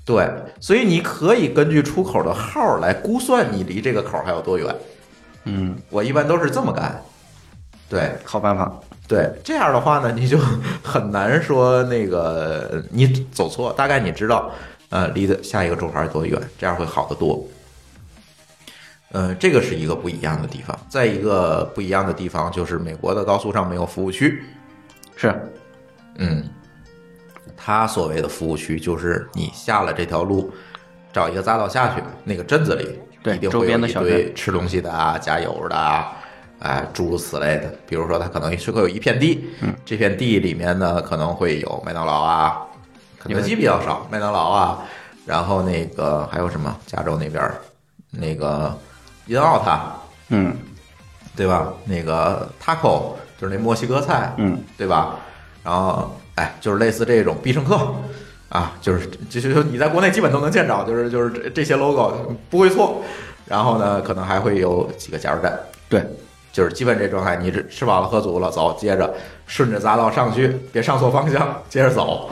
Speaker 1: 对，所以你可以根据出口的号来估算你离这个口还有多远。
Speaker 3: 嗯，
Speaker 1: 我一般都是这么干。对
Speaker 3: 好办法，
Speaker 1: 对，这样的话呢，你就很难说那个呃你走错，大概你知道，呃，离的下一个出口还有多远，这样会好得多。呃，这个是一个不一样的地方。再一个不一样的地方就是美国的高速上没有服务区，
Speaker 3: 是
Speaker 1: 嗯，它所谓的服务区就是你下了这条路，找一个匝道下去，那个镇子里
Speaker 3: 对
Speaker 1: 一定
Speaker 3: 周
Speaker 1: 会有
Speaker 3: 边的
Speaker 1: 一
Speaker 3: 小
Speaker 1: 堆
Speaker 3: 镇
Speaker 1: 吃东西的啊、加油的啊。哎，诸如此类的，比如说，它可能是会有一片地，
Speaker 3: 嗯
Speaker 1: 这片地里面呢，可能会有麦当劳啊，肯德基比较少，麦当劳啊，然后那个还有什么？加州那边儿那个因奥塔，
Speaker 3: 嗯
Speaker 1: 对吧？那个 taco 就是那墨西哥菜，
Speaker 3: 嗯，
Speaker 1: 对吧？然后哎，就是类似这种必胜客啊，就是就是就是你在国内基本都能见着，就是就是这这些 logo 嗯不会错。然后呢，可能还会有几个加油站，
Speaker 3: 对，
Speaker 1: 就是基本这状态。你吃吃饱了喝足了，走，接着顺着匝道上去，别上错方向，接着走。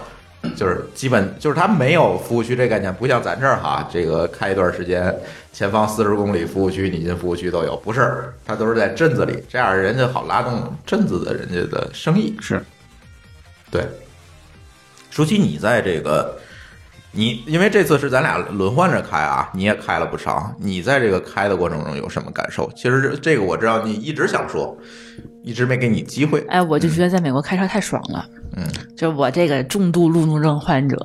Speaker 1: 就是基本就是它没有服务区这概念，不像咱这儿哈，这个开一段时间，前方四十公里服务区，你进服务区都有，不是，它都是在镇子里，这样人家好拉动镇子的人家的生意。
Speaker 3: 是
Speaker 1: 对，舒淇，你在这个你因为这次是咱俩轮换着开啊，你也开了不少，你在这个开的过程中有什么感受？其实这这个我知道你一直想说，一直没给你机会。
Speaker 4: 哎，我就觉得在美国开车太爽了。
Speaker 1: 嗯，
Speaker 4: 就我这个重度路怒症患者，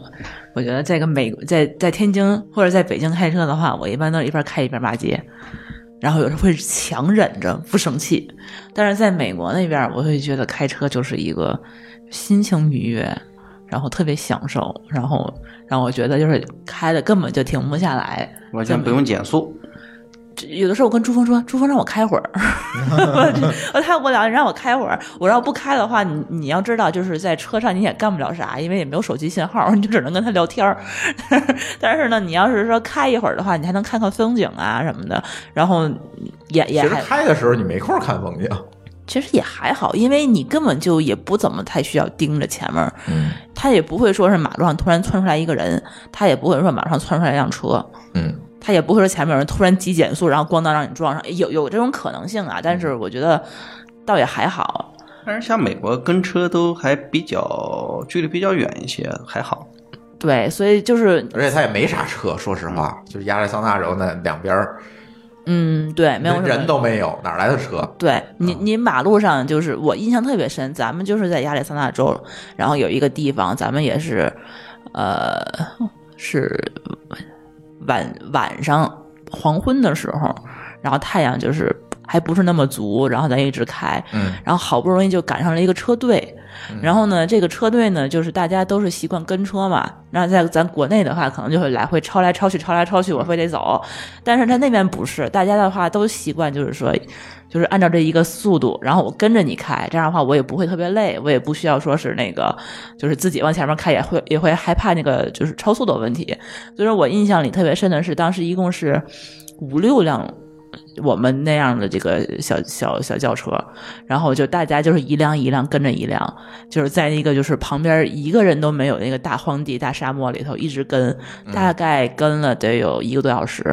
Speaker 4: 我觉得在个美在在天津或者在北京开车的话，我一般都是一边开一边骂街，然后有时候会强忍着不生气。但是在美国那边，我会觉得开车就是一个心情愉悦，然后特别享受，然后让我觉得就是开的根本就停不下来。
Speaker 3: 完全不用减速，
Speaker 4: 这有的时候我跟朱峰说，朱峰让我开会
Speaker 1: *laughs*
Speaker 4: 儿，我太无聊，你让我开会儿。我要不开的话，你你要知道，就是在车上你也干不了啥，因为也没有手机信号，你就只能跟他聊天儿。 *laughs* 但是呢，你要是说开一会儿的话，你还能看看风景啊什么的，然后也也
Speaker 1: 其实
Speaker 4: 还
Speaker 1: 开的时候你没空看风景，
Speaker 4: 其实也还好，因为你根本就也不怎么太需要盯着前面儿，
Speaker 1: 嗯
Speaker 4: 他也不会说是马路上突然窜出来一个人，他也不会说马路上窜出来一辆车，
Speaker 1: 嗯，
Speaker 4: 他也不会说前面有人突然急减速，然后咣当让你撞上，有有这种可能性啊。但是
Speaker 1: 嗯
Speaker 4: 我觉得倒也还好，
Speaker 3: 但是像美国跟车都还比较距离比较远一些，还好。
Speaker 4: 对，所以就是
Speaker 1: 而且他也没啥车，说实话，就是压在桑那州那两边儿
Speaker 4: 嗯，对，没有什么
Speaker 1: 人都啊没有，哪来的车？
Speaker 4: 对你，你马路上就是我印象特别深，咱们就是在亚利桑那州，然后有一个地方，咱们也是，呃，是晚晚上黄昏的时候，然后太阳就是还不是那么足，然后咱一直开，
Speaker 1: 嗯
Speaker 4: 然后好不容易就赶上了一个车队，然后呢，这个车队呢，就是大家都是习惯跟车嘛，那在咱国内的话，可能就会来回超来超去，超来超去，我非得走，但是他那边不是，大家的话都习惯就是说。就是按照这一个速度，然后我跟着你开，这样的话我也不会特别累，我也不需要说是那个，就是自己往前面开也会也会害怕那个就是超速的问题。所以说我印象里特别深的是，当时一共是五六辆我们那样的这个小小小轿车，然后就大家就是一辆一辆跟着一辆，就是在一个就是旁边一个人都没有那个大荒地大沙漠里头一直跟，大概跟了得有一个多小时，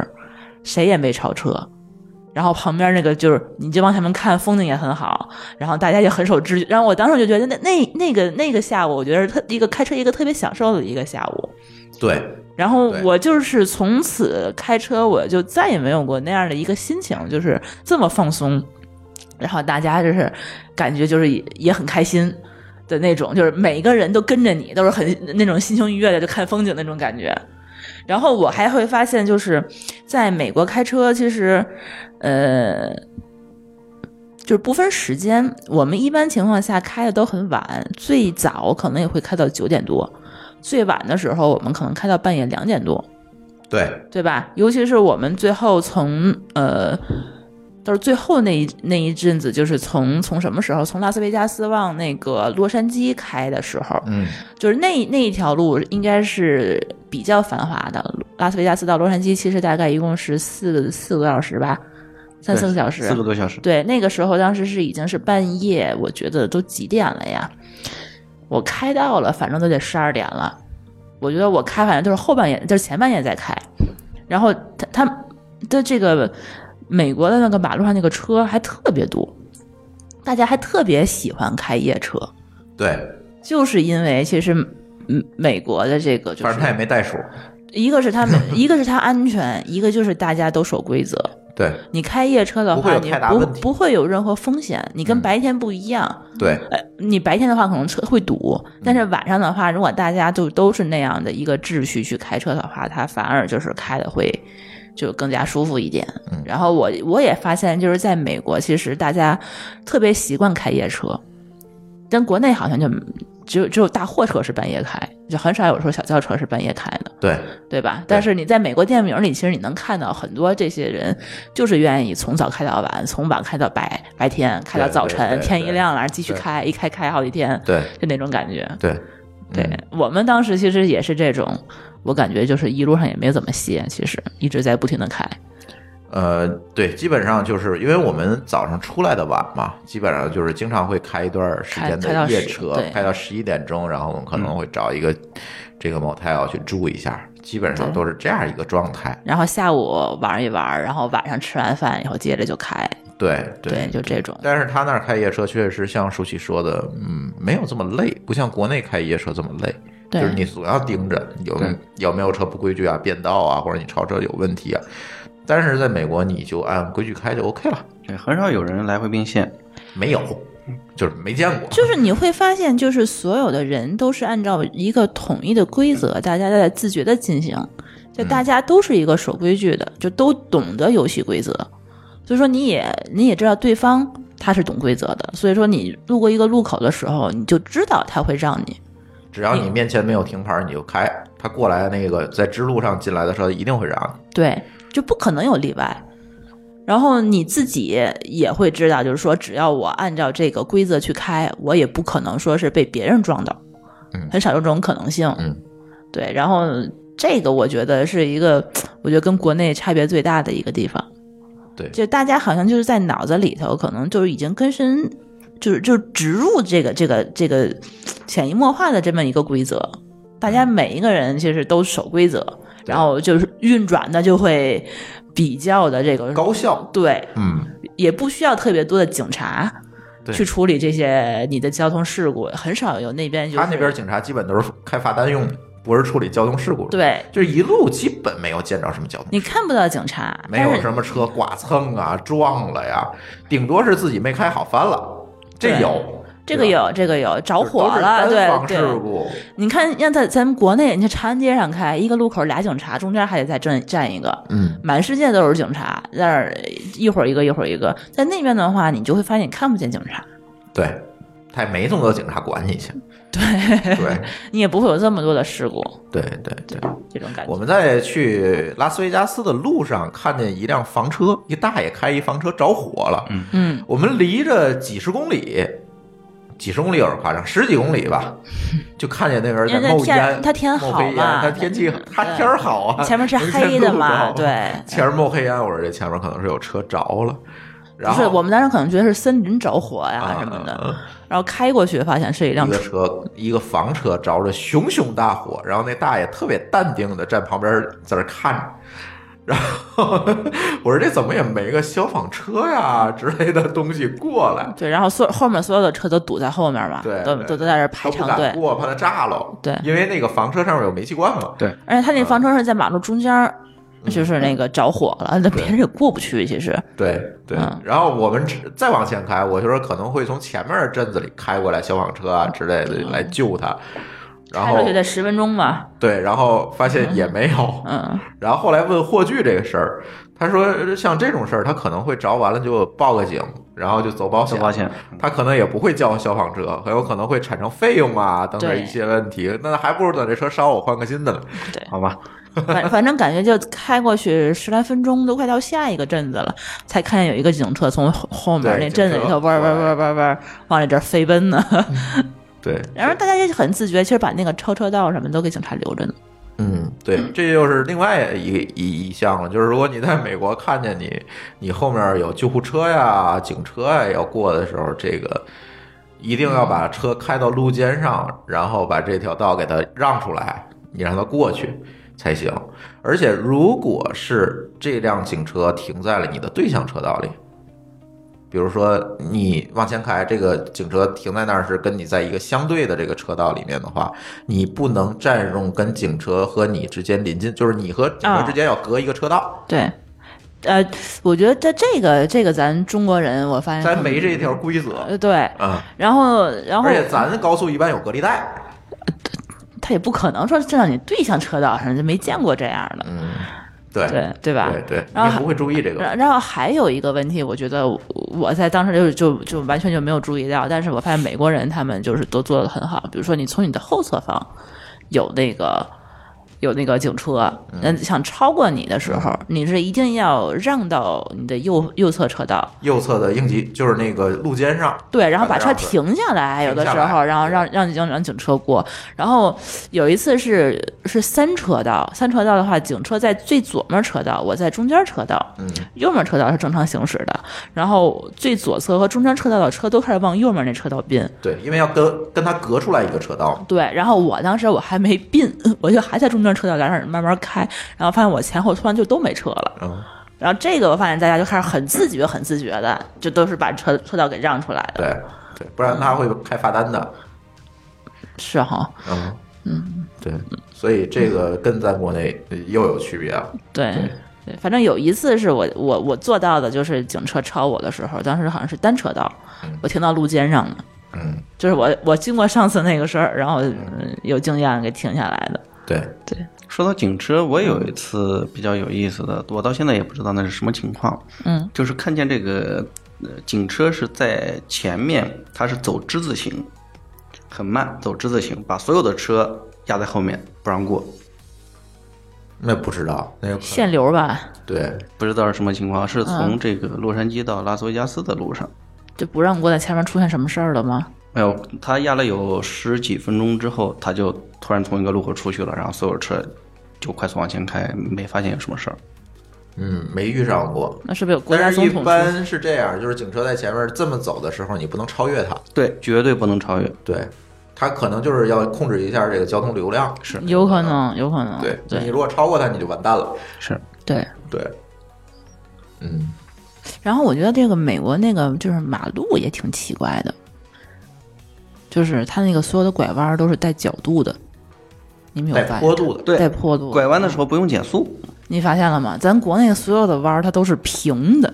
Speaker 4: 谁也没超车。然后旁边那个就是，你就往前面看，风景也很好，然后大家也很守秩序。然后我当时就觉得那那那个那个下午，我觉得是特一个开车一个特别享受的一个下午。
Speaker 1: 对，
Speaker 4: 然后
Speaker 1: 对
Speaker 4: 我就是从此开车，我就再也没有过那样的一个心情，就是这么放松。然后大家就是感觉就是也也很开心的那种，就是每个人都跟着你，都是很那种心情愉悦的，就看风景那种感觉。然后我还会发现，就是在美国开车，其实，呃，就是不分时间，我们一般情况下开的都很晚，最早可能也会开到九点多，最晚的时候我们可能开到半夜两点多，
Speaker 1: 对，
Speaker 4: 对吧？尤其是我们最后从呃，都是最后那一那一阵子，就是从从什么时候，从拉斯维加斯往那个洛杉矶开的时候，
Speaker 1: 嗯
Speaker 4: 就是那那一条路应该是比较繁华的。拉斯维加斯到洛杉矶其实大概一共是四个四个多小时吧，三四个小时，
Speaker 3: 四个多小时。
Speaker 4: 对，那个时候当时是已经是半夜，我觉得都几点了呀？我开到了，反正都得十二点了。我觉得我开反正就是后半夜，就是前半夜在开。然后他他的这个美国的那个马路上那个车还特别多，大家还特别喜欢开夜车，
Speaker 1: 对，
Speaker 4: 就是因为其实嗯美国的这个就
Speaker 1: 反
Speaker 4: 是
Speaker 1: 正他也没带数，
Speaker 4: 一个是他们，一个是他安全，一个就是大家都守规则。
Speaker 1: 对
Speaker 4: 你开夜车的
Speaker 1: 不会
Speaker 4: 话，
Speaker 1: 有
Speaker 4: 你
Speaker 1: 太大
Speaker 4: 不
Speaker 1: 问题
Speaker 4: 不会有任何风险，你跟
Speaker 1: 嗯
Speaker 4: 白天不一样。
Speaker 1: 对，
Speaker 4: 呃，你白天的话可能车会堵，
Speaker 1: 嗯
Speaker 4: 但是晚上的话，如果大家就都是那样的一个秩序去开车的话，它反而就是开的会就更加舒服一点
Speaker 1: 嗯。
Speaker 4: 然后我我也发现，就是在美国，其实大家特别习惯开夜车，但国内好像就只有只有大货车是半夜开，就很少有说小轿车是半夜开的，
Speaker 1: 对，
Speaker 4: 对吧？但是你在美国电影里，其实你能看到很多这些人就是愿意从早开到晚，从晚开到白白天，开到
Speaker 1: 对
Speaker 4: 早
Speaker 1: 对
Speaker 4: 晨，
Speaker 1: 对
Speaker 4: 天一
Speaker 1: 对
Speaker 4: 亮了然后继续
Speaker 1: 对
Speaker 4: 开，一开开好几天。
Speaker 1: 对，
Speaker 4: 就那种感觉。
Speaker 1: 对，
Speaker 4: 对、
Speaker 1: 嗯
Speaker 4: 我们当时其实也是这种，我感觉就是一路上也没有怎么歇，其实一直在不停的开。
Speaker 1: 呃，对，基本上就是因为我们早上出来的晚嘛，基本上就是经常会开一段时间
Speaker 4: 开开到
Speaker 1: 的夜
Speaker 4: 10
Speaker 1: 车，
Speaker 4: 对
Speaker 1: 开到十一点钟，然后我们可能会找一个这个 motel 去住一下，基本上
Speaker 4: 对
Speaker 1: 都是这样一个状态。
Speaker 4: 然后下午玩一玩，然后晚上吃完饭以后接着就开，
Speaker 1: 对
Speaker 4: 对，就这种。
Speaker 1: 但是他那儿开夜车确实像舒淇说的，嗯，没有这么累，不像国内开夜车这么累。
Speaker 4: 对
Speaker 1: 就是你总要盯着有
Speaker 3: 对
Speaker 1: 有没有车不规矩啊、变道啊，或者你超车有问题啊。但是在美国，你就按规矩开就 OK 了，
Speaker 3: 对，很少有人来回并线。
Speaker 1: 没有，就是没见过。
Speaker 4: 就是你会发现，就是所有的人都是按照一个统一的规则，大家在自觉的进行，就大家都是一个守规矩的，就都懂得游戏规则。所以说，你也你也知道对方他是懂规则的，所以说你路过一个路口的时候，你就知道他会让你。
Speaker 1: 只要你面前没有停牌，你就开。他过来那个在支路上进来的车一定会让你。
Speaker 4: 对，就不可能有例外。然后你自己也会知道，就是说，只要我按照这个规则去开，我也不可能说是被别人撞到，
Speaker 1: 嗯
Speaker 4: 很少有这种可能性。
Speaker 1: 嗯，
Speaker 4: 对。然后这个我觉得是一个，我觉得跟国内差别最大的一个地方。
Speaker 1: 对
Speaker 4: 就大家好像就是在脑子里头，可能就是已经根深，就是就植入这个这个这个潜移默化的这么一个规则。大家每一个人其实都守规则，然后就是运转的就会比较的这个
Speaker 1: 高效，
Speaker 4: 对，
Speaker 1: 嗯，
Speaker 4: 也不需要特别多的警察
Speaker 1: 对
Speaker 4: 去处理这些你的交通事故，很少有那边就是
Speaker 1: 他那边警察基本都是开罚单用的，不是处理交通事故的。，
Speaker 4: 对，
Speaker 1: 就一路基本没有见着什么交通
Speaker 4: 你看不到警察，
Speaker 1: 没
Speaker 4: 但
Speaker 1: 有
Speaker 4: 是
Speaker 1: 什么车剐蹭啊、撞了呀，顶多是自己没开好翻了，这
Speaker 4: 对
Speaker 1: 有
Speaker 4: 这个
Speaker 1: 对吧
Speaker 4: 有这个有着
Speaker 1: 就是
Speaker 4: 火
Speaker 1: 都是
Speaker 4: 了，
Speaker 1: 单
Speaker 4: 对
Speaker 1: 方事
Speaker 4: 对。
Speaker 1: 故，
Speaker 4: 你看，像在咱们国内，你看长安街上开一个路口俩警察，中间还得再站站一个，
Speaker 1: 嗯，
Speaker 4: 满世界都是警察，在那儿一会儿一个一会儿一个。在那边的话，你就会发现你看不见警察，
Speaker 1: 对，他也没这么多警察管你去，对对
Speaker 4: 你也不会有这么多的事故，
Speaker 1: 对对对。
Speaker 4: 这种感觉
Speaker 1: 我。们在去拉斯维加斯的路上看见一辆房车，一大爷开一房车着火了，嗯，
Speaker 4: 嗯，
Speaker 1: 我们离着几十公里，几十公里有点夸张，十几公里
Speaker 4: *laughs*
Speaker 1: 吧，就看见那边在
Speaker 4: 因为
Speaker 1: 冒
Speaker 4: 天
Speaker 1: 烟，
Speaker 4: 它天
Speaker 1: 冒
Speaker 4: 好
Speaker 1: 黑烟
Speaker 4: 嘛
Speaker 1: 它天气
Speaker 4: 对
Speaker 1: 它天儿好啊，
Speaker 4: 前面是
Speaker 1: 能见
Speaker 4: 黑的
Speaker 1: 度
Speaker 4: 嘛
Speaker 1: 高
Speaker 4: 对
Speaker 1: 前面冒黑烟，我说这前面可能是有车着了，然
Speaker 4: 不
Speaker 1: 后
Speaker 4: 是，我们当时可能觉得是森林着火呀、
Speaker 1: 啊
Speaker 4: 什么
Speaker 1: 啊
Speaker 4: 的
Speaker 1: 啊，
Speaker 4: 然后开过去发现是一嗯辆
Speaker 1: 一个
Speaker 4: 车，
Speaker 1: 车，一个房车着着熊熊大火，然后那大爷特别淡定的站旁边在那看着， *laughs* 然后我说这怎么也没个消防车呀之类的东西过来，
Speaker 4: 对，然后所有后面所有的车都堵在后面嘛，
Speaker 1: 对
Speaker 4: 都
Speaker 1: 对
Speaker 4: 都都在这儿排
Speaker 1: 都不
Speaker 4: 长队
Speaker 1: 敢，过，怕它炸了，
Speaker 4: 对
Speaker 1: 因为那个房车上面有煤气罐嘛，
Speaker 3: 对
Speaker 4: 而且他那房车是在马路中间儿，就是那个着火了，那别人也过不去，其实，
Speaker 1: 对对
Speaker 4: 嗯，
Speaker 1: 然后我们只再往前开，我就说可能会从前面的镇子里开过来消防车啊之类的来救他，然
Speaker 4: 嗯开
Speaker 1: 后
Speaker 4: 过去得十分钟吧，
Speaker 1: 对，然后发现也没有，
Speaker 4: 嗯，
Speaker 1: 然后后来问霍炬这个事儿，他说像这种事儿，他可能会着完了就报个警，然后就走保
Speaker 3: 走
Speaker 1: 险。
Speaker 3: 保险，
Speaker 1: 他可能也不会叫消防车，很有可能会产生费用啊等等
Speaker 4: 对
Speaker 1: 一些问题。那还不如等这车烧我换个新的呢。
Speaker 3: 好吧？
Speaker 4: 反反正感觉就开过去十来分钟，都快到下一个镇子了，才看见有一个警车从后后面
Speaker 1: 对
Speaker 4: 那
Speaker 1: 警
Speaker 4: 镇子里
Speaker 1: 车
Speaker 4: 头弯儿弯儿
Speaker 1: 对
Speaker 4: 弯儿弯儿弯儿往你这儿飞奔呢。 *laughs*
Speaker 1: 对，
Speaker 4: 然后大家也很自觉，其实把那个超车道什么都给警察留着呢。
Speaker 1: 嗯，对，这就是另外一一一项了，就是如果你在美国看见你你后面有救护车呀、警车呀要过的时候，这个一定要把车开到路肩上，然后把这条道给它让出来，你让它过去才行。而且，如果是这辆警车停在了你的对向车道里，比如说你往前开，这个警车停在那儿是跟你在一个相对的这个车道里面的话，你不能占用跟警车和你之间临近，就是你和警车之间要隔一个车道。
Speaker 4: 对，呃，我觉得这这个这个咱中国人，我发现
Speaker 1: 咱没这条规则
Speaker 4: 呃对，
Speaker 1: 啊。
Speaker 4: 然后啊然后
Speaker 1: 而且咱高速一般有隔离带，
Speaker 4: 他也不可能说真让你对向车道上，就没见过这样的。
Speaker 1: 嗯，对
Speaker 4: 对对吧
Speaker 1: 对对，你
Speaker 4: 然后
Speaker 1: 也
Speaker 4: 还
Speaker 1: 不会注意这个。
Speaker 4: 然然后还有一个问题，我觉得我我在当时就就就完全就没有注意到，但是我发现美国人他们就是都做的很好，比如说你从你的后侧方有那个有那个警车，
Speaker 1: 嗯
Speaker 4: 那想超过你的时候，你是一定要让到你的右右侧车道，
Speaker 1: 右侧的应急就是那个路肩上，
Speaker 4: 对，啊然后把车
Speaker 1: 让着
Speaker 4: 停下来，有的时
Speaker 1: 停下
Speaker 4: 候，
Speaker 1: 来
Speaker 4: 然后让让让让警车过。然后有一次是是三车道，三车道的话，警车在最左面车道，我在中间车道，
Speaker 1: 嗯，
Speaker 4: 右面车道是正常行驶的，然后最左侧和中间车道的车都开始往右面那车道并。
Speaker 1: 对，因为要跟跟它隔出来一个车道，
Speaker 4: 对，然后我当时我还没并， *laughs* 我就还在中间车道，然后慢慢开，然后发现我前后突然就都没车了。
Speaker 1: 嗯，
Speaker 4: 然后这个我发现大家就开始很自觉、很自觉的，就都是把车车道给让出来的。
Speaker 1: 对对，不然他会开罚单的，
Speaker 4: 是哈，
Speaker 1: 嗯嗯，对，所以这个跟咱国内又有区别了，
Speaker 4: 对。对，反正有一次是我我我做到的，就是警车超我的时候，当时好像是单车道，我停到路肩上了，
Speaker 1: 嗯，
Speaker 4: 就是我我经过上次那个事儿，然后、嗯、有经验给停下来的。
Speaker 1: 对，
Speaker 3: 说到警车，我有一次比较有意思的，我到现在也不知道那是什么情况。
Speaker 4: 嗯，
Speaker 3: 就是看见这个呃警车是在前面，它是走之字形，很慢，走之字形，把所有的车压在后面不让过，
Speaker 1: 那不知道，那有可能
Speaker 4: 限流吧，
Speaker 1: 对，
Speaker 3: 不知道是什么情况。是从
Speaker 4: 嗯
Speaker 3: 这个洛杉矶到拉斯维加斯的路上，
Speaker 4: 就不让我在前面出现什么事儿了吗？
Speaker 3: 哎呦，他压了有十几分钟之后，他就突然从一个路口出去了，然后所有车就快速往前开，没发现有什么事儿。
Speaker 1: 嗯，没遇上过。
Speaker 4: 那是不是有国家
Speaker 1: 但是，一
Speaker 4: 总统出
Speaker 1: 般是这样，就是警车在前面这么走的时候，你不能超越它。
Speaker 3: 对，绝对不能超越。
Speaker 4: 嗯
Speaker 1: 对，它可能就是要控制一下这个交通流量。是
Speaker 4: 有可。能，有可能，
Speaker 1: 对，你
Speaker 4: 嗯对
Speaker 1: 如果超过它，你就完蛋了。
Speaker 3: 是，
Speaker 4: 对。
Speaker 1: 对，嗯，
Speaker 4: 然后我觉得这个美国那个就是马路也挺奇怪的，就是它那个所有的拐弯都是带角度的，你们有
Speaker 1: 带
Speaker 4: 发现
Speaker 1: 坡？度的。
Speaker 3: 对
Speaker 4: 带坡度，
Speaker 3: 拐弯的时候不用减速，
Speaker 4: 你发现了吗？咱国内所有的弯儿它都是平的，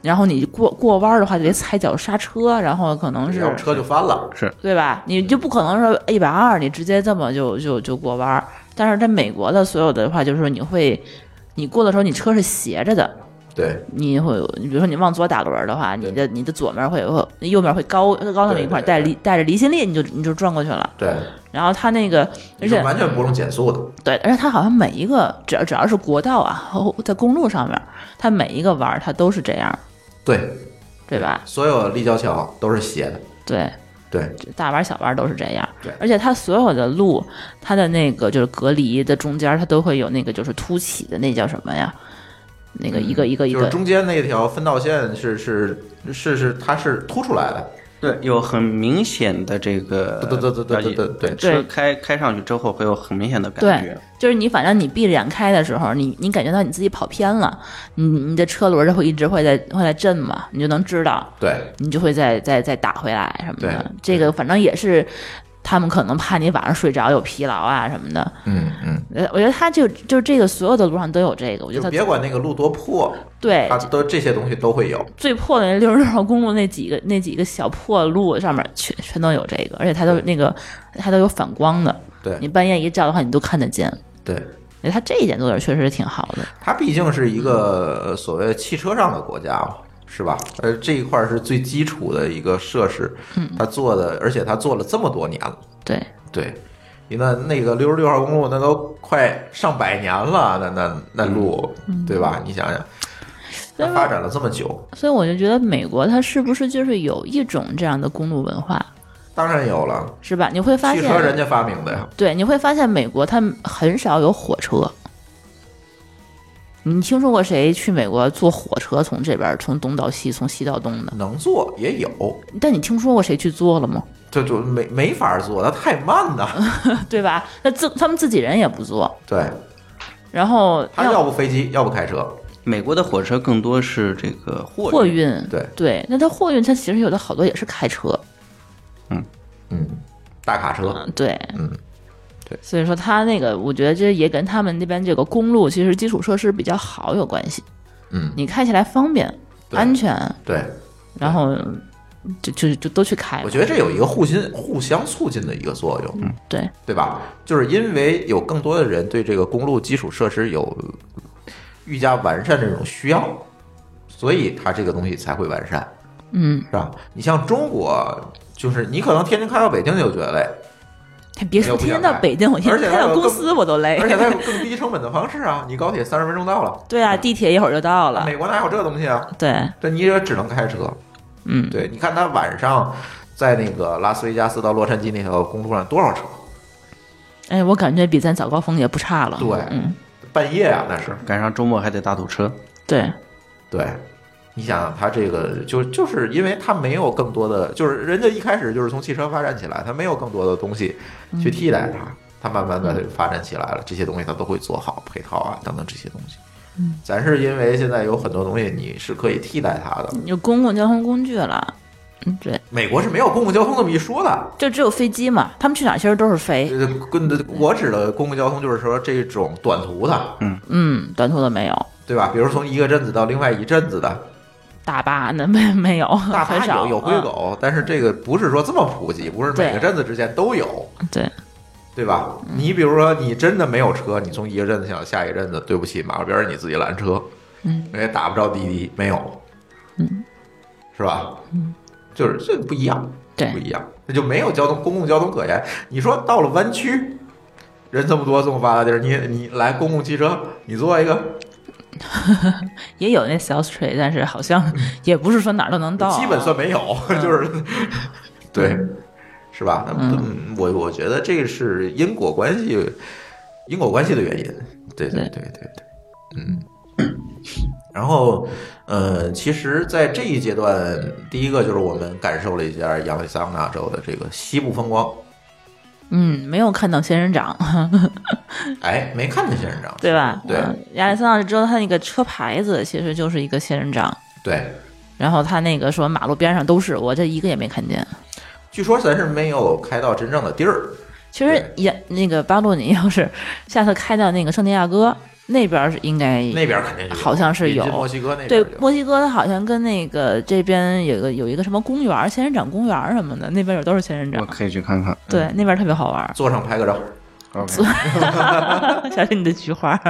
Speaker 4: 然后你过过弯儿的话就得踩脚刹车，然后可能是
Speaker 1: 要车就翻了，
Speaker 4: 对吧？你就不可能说一百二你直接这么就就就过弯儿。但是在美国的所有的话，就是说你会，你过的时候你车是斜着的，
Speaker 1: 对
Speaker 4: 你会，你比如说你往左打轮儿的话，你的你的左面会有，右面会高高那么一块儿，
Speaker 1: 对对对
Speaker 4: 带离带着离心力，你就你就转过去了。
Speaker 1: 对，
Speaker 4: 然后它那个，而
Speaker 1: 你是
Speaker 4: 且
Speaker 1: 完全不用减速的，
Speaker 4: 对，而且它好像每一个只要只要是国道啊， *laughs* 哦在公路上面，它每一个弯儿它都是这样，
Speaker 1: 对，
Speaker 4: 对吧？
Speaker 1: 所有立交桥都是斜的，
Speaker 4: 对，
Speaker 1: 对，
Speaker 4: 大弯儿小弯儿都是这样
Speaker 1: 对。
Speaker 4: 而且它所有的路，它的那个就是隔离的中间儿，它都会有那个就是凸起的，那叫什么呀？那个一个一个一
Speaker 1: 嗯就是
Speaker 4: 个，
Speaker 1: 中间那条分道线是是是是它是凸出来的，
Speaker 3: 对，有很明显的这个，
Speaker 1: 对对对对对呃对对
Speaker 3: 车开开上去之后会有很明显的感
Speaker 4: 对
Speaker 3: 觉，，
Speaker 4: 就是你反正你闭着眼开的时候，你你感觉到你自己跑偏了，你你的车轮儿就会一直会在会在震嘛，你就能知道，
Speaker 1: 对
Speaker 4: 你就会再再再打回来什么
Speaker 1: 对
Speaker 4: 的。这个反正也是，他们可能怕你晚上睡着有疲劳啊什么的。
Speaker 1: 嗯嗯，
Speaker 4: 呃，我觉得他就就这个所有的路上都有这个，我觉
Speaker 1: 就
Speaker 4: 得
Speaker 1: 别
Speaker 4: 他
Speaker 1: 管那个路多破，
Speaker 4: 对
Speaker 1: 它都哎这些东西都会有，
Speaker 4: 最破的那六十六号公路那几个那几个小破路上面全全都有这个，而且它都那个它都有反光的，
Speaker 1: 对
Speaker 4: 你半夜一照的话你都看得见。
Speaker 1: 对，
Speaker 4: 哎，它这一点做的确实挺好的。
Speaker 1: 它毕竟是一个呃所谓汽车上的国家嘛，是吧？呃，这一块儿是最基础的一个设施，
Speaker 4: 嗯
Speaker 1: 它做的，而且它做了这么多年了，
Speaker 4: 对，
Speaker 1: 对。那那个六十六号公路，那都快上百年了，那那那路，对吧？你想想，它
Speaker 4: 嗯所以我
Speaker 1: 发展了这么久，
Speaker 4: 所以我就觉得美国它是不是就是有一种这样的公路文化，
Speaker 1: 当然有了，
Speaker 4: 是吧？你会发
Speaker 1: 汽
Speaker 4: 现
Speaker 1: 车人家发明的呀，
Speaker 4: 对，你会发现美国它很少有火车。你听说过谁去美国坐火车从这边儿从东到西，从西到东的？
Speaker 1: 能做也有，
Speaker 4: 但你听说过谁去坐了吗？ *laughs*
Speaker 1: 这就没没法做，它太慢了。
Speaker 4: 对吧？那自他们自己人也不坐，
Speaker 1: 对，
Speaker 4: 然后
Speaker 1: 它要不飞机，要不开车，
Speaker 3: 美国的火车更多是这个货
Speaker 4: 货
Speaker 3: 运，
Speaker 4: 运，
Speaker 1: 对
Speaker 4: 对，那它货运它其实有的好多也是开车，
Speaker 1: 嗯，大卡车，
Speaker 4: 嗯，对，
Speaker 1: 嗯，对
Speaker 4: 所以说它那个，我觉得这也跟他们那边这个公路其实基础设施比较好有关系，
Speaker 1: 嗯，
Speaker 4: 你开起来方便、
Speaker 1: 对
Speaker 4: 安全，
Speaker 1: 对，
Speaker 4: 然后就就就都去开
Speaker 1: 我。觉得这有一个互信、互相促进的一个作用，
Speaker 4: 对，
Speaker 1: 对吧？就是因为有更多的人对这个公路基础设施有愈加完善这种需要，所以它这个东西才会完善，
Speaker 4: 嗯，
Speaker 1: 是吧？你像中国，就是你可能天津开到北京你就觉得累，
Speaker 4: 别说天天到北京，我天
Speaker 1: 而且
Speaker 4: 天
Speaker 1: 它
Speaker 4: 开
Speaker 1: 有
Speaker 4: 到公
Speaker 1: 更
Speaker 4: 司我都累
Speaker 1: 而。且它有更低成本的方式啊，你高铁三十分钟到了。
Speaker 4: *laughs* 对啊，地铁一会儿就到了。
Speaker 1: 美国哪有这东西啊？
Speaker 4: 对，
Speaker 1: 这你也只能开车。
Speaker 4: 嗯，
Speaker 1: 对，你看他晚上在那个拉斯维加斯到洛杉矶那条公路上多少车？
Speaker 4: 哎，我感觉比咱早高峰也不差了。
Speaker 1: 对
Speaker 4: 嗯，
Speaker 1: 半夜啊，那是。
Speaker 3: 赶上周末还得大堵车。
Speaker 4: 对，
Speaker 1: 对，你想想他这个就就是因为他没有更多的，就是人家一开始就是从汽车发展起来，他没有更多的东西
Speaker 4: 嗯
Speaker 1: 去替代它，他慢慢的发展起来了，这些东西他都会做好配套啊等等这些东西。嗯，咱是因为现在有很多东西你是可以替代它的，
Speaker 4: 有公共交通工具了。嗯，对，
Speaker 1: 美国是没有公共交通这么一说的。
Speaker 4: 就只有飞机嘛，他们去哪儿其实都是飞。
Speaker 1: 呃，跟我指的公共交通就是说这种短途的，
Speaker 4: 嗯，短途的没有，
Speaker 1: 对吧？比如从一个镇子到另外一镇子的，
Speaker 4: 大巴那没没有，
Speaker 1: 大
Speaker 4: 嗯很
Speaker 1: 巴
Speaker 4: 少
Speaker 1: 有有归。狗，但是这个不是说这么普及，不是每个
Speaker 4: 对
Speaker 1: 镇子之间都有，
Speaker 4: 嗯对，
Speaker 1: 对吧？你比如说你真的没有车，你从一个镇子想到下一个镇子，对不起，马路边儿你自己拦车，
Speaker 4: 嗯，
Speaker 1: 人家打不着滴滴，没有，
Speaker 4: 嗯，
Speaker 1: 是吧？嗯，就是这不一样，
Speaker 4: 对
Speaker 1: 不一样，那就没有交通公共交通可言。你说到了湾区，人这么多这么发达地儿，你你来公共汽车，你坐一个，
Speaker 4: 也有那 South Street，但是好像也不是说哪儿都能到啊。
Speaker 1: 嗯基本算没有， *laughs*
Speaker 4: *laughs*
Speaker 1: 就是对，是吧？那
Speaker 4: 嗯
Speaker 1: 嗯，我我觉得这是因果关系，因果关系的原因。对对对
Speaker 4: 对
Speaker 1: 对对，嗯。然后，呃，其实，在这一阶段，第一个就是我们感受了一下亚利桑那州的这个西部风光，
Speaker 4: 嗯，没有看到仙人掌，
Speaker 1: 哎，没看见仙人掌，
Speaker 4: *laughs* 对吧？
Speaker 1: 对
Speaker 4: 嗯亚利桑那州它那个车牌子其实就是一个仙人掌，
Speaker 1: 对，
Speaker 4: 然后它那个说马路边上都是，我这一个也没看见。
Speaker 1: 据说咱是没有开到真正的地儿，
Speaker 4: 其实
Speaker 1: 对
Speaker 4: 也那个八路，你要是下次开到那个圣地亚哥那边，是应该
Speaker 1: 那边肯定有
Speaker 4: 好像是
Speaker 1: 临近
Speaker 4: 有
Speaker 1: 墨西哥那边
Speaker 4: 对
Speaker 1: 有
Speaker 4: 墨西哥，它好像跟那个这边有一个有一个什么公园儿，仙人掌公园儿什么的，那边有都是仙人
Speaker 3: 我
Speaker 4: 掌，
Speaker 3: 可以去看看。
Speaker 4: 对，那边特别好
Speaker 1: *laughs*
Speaker 4: 玩儿。
Speaker 1: 坐上拍个照，
Speaker 3: OK，
Speaker 4: *laughs* 小心你的菊花。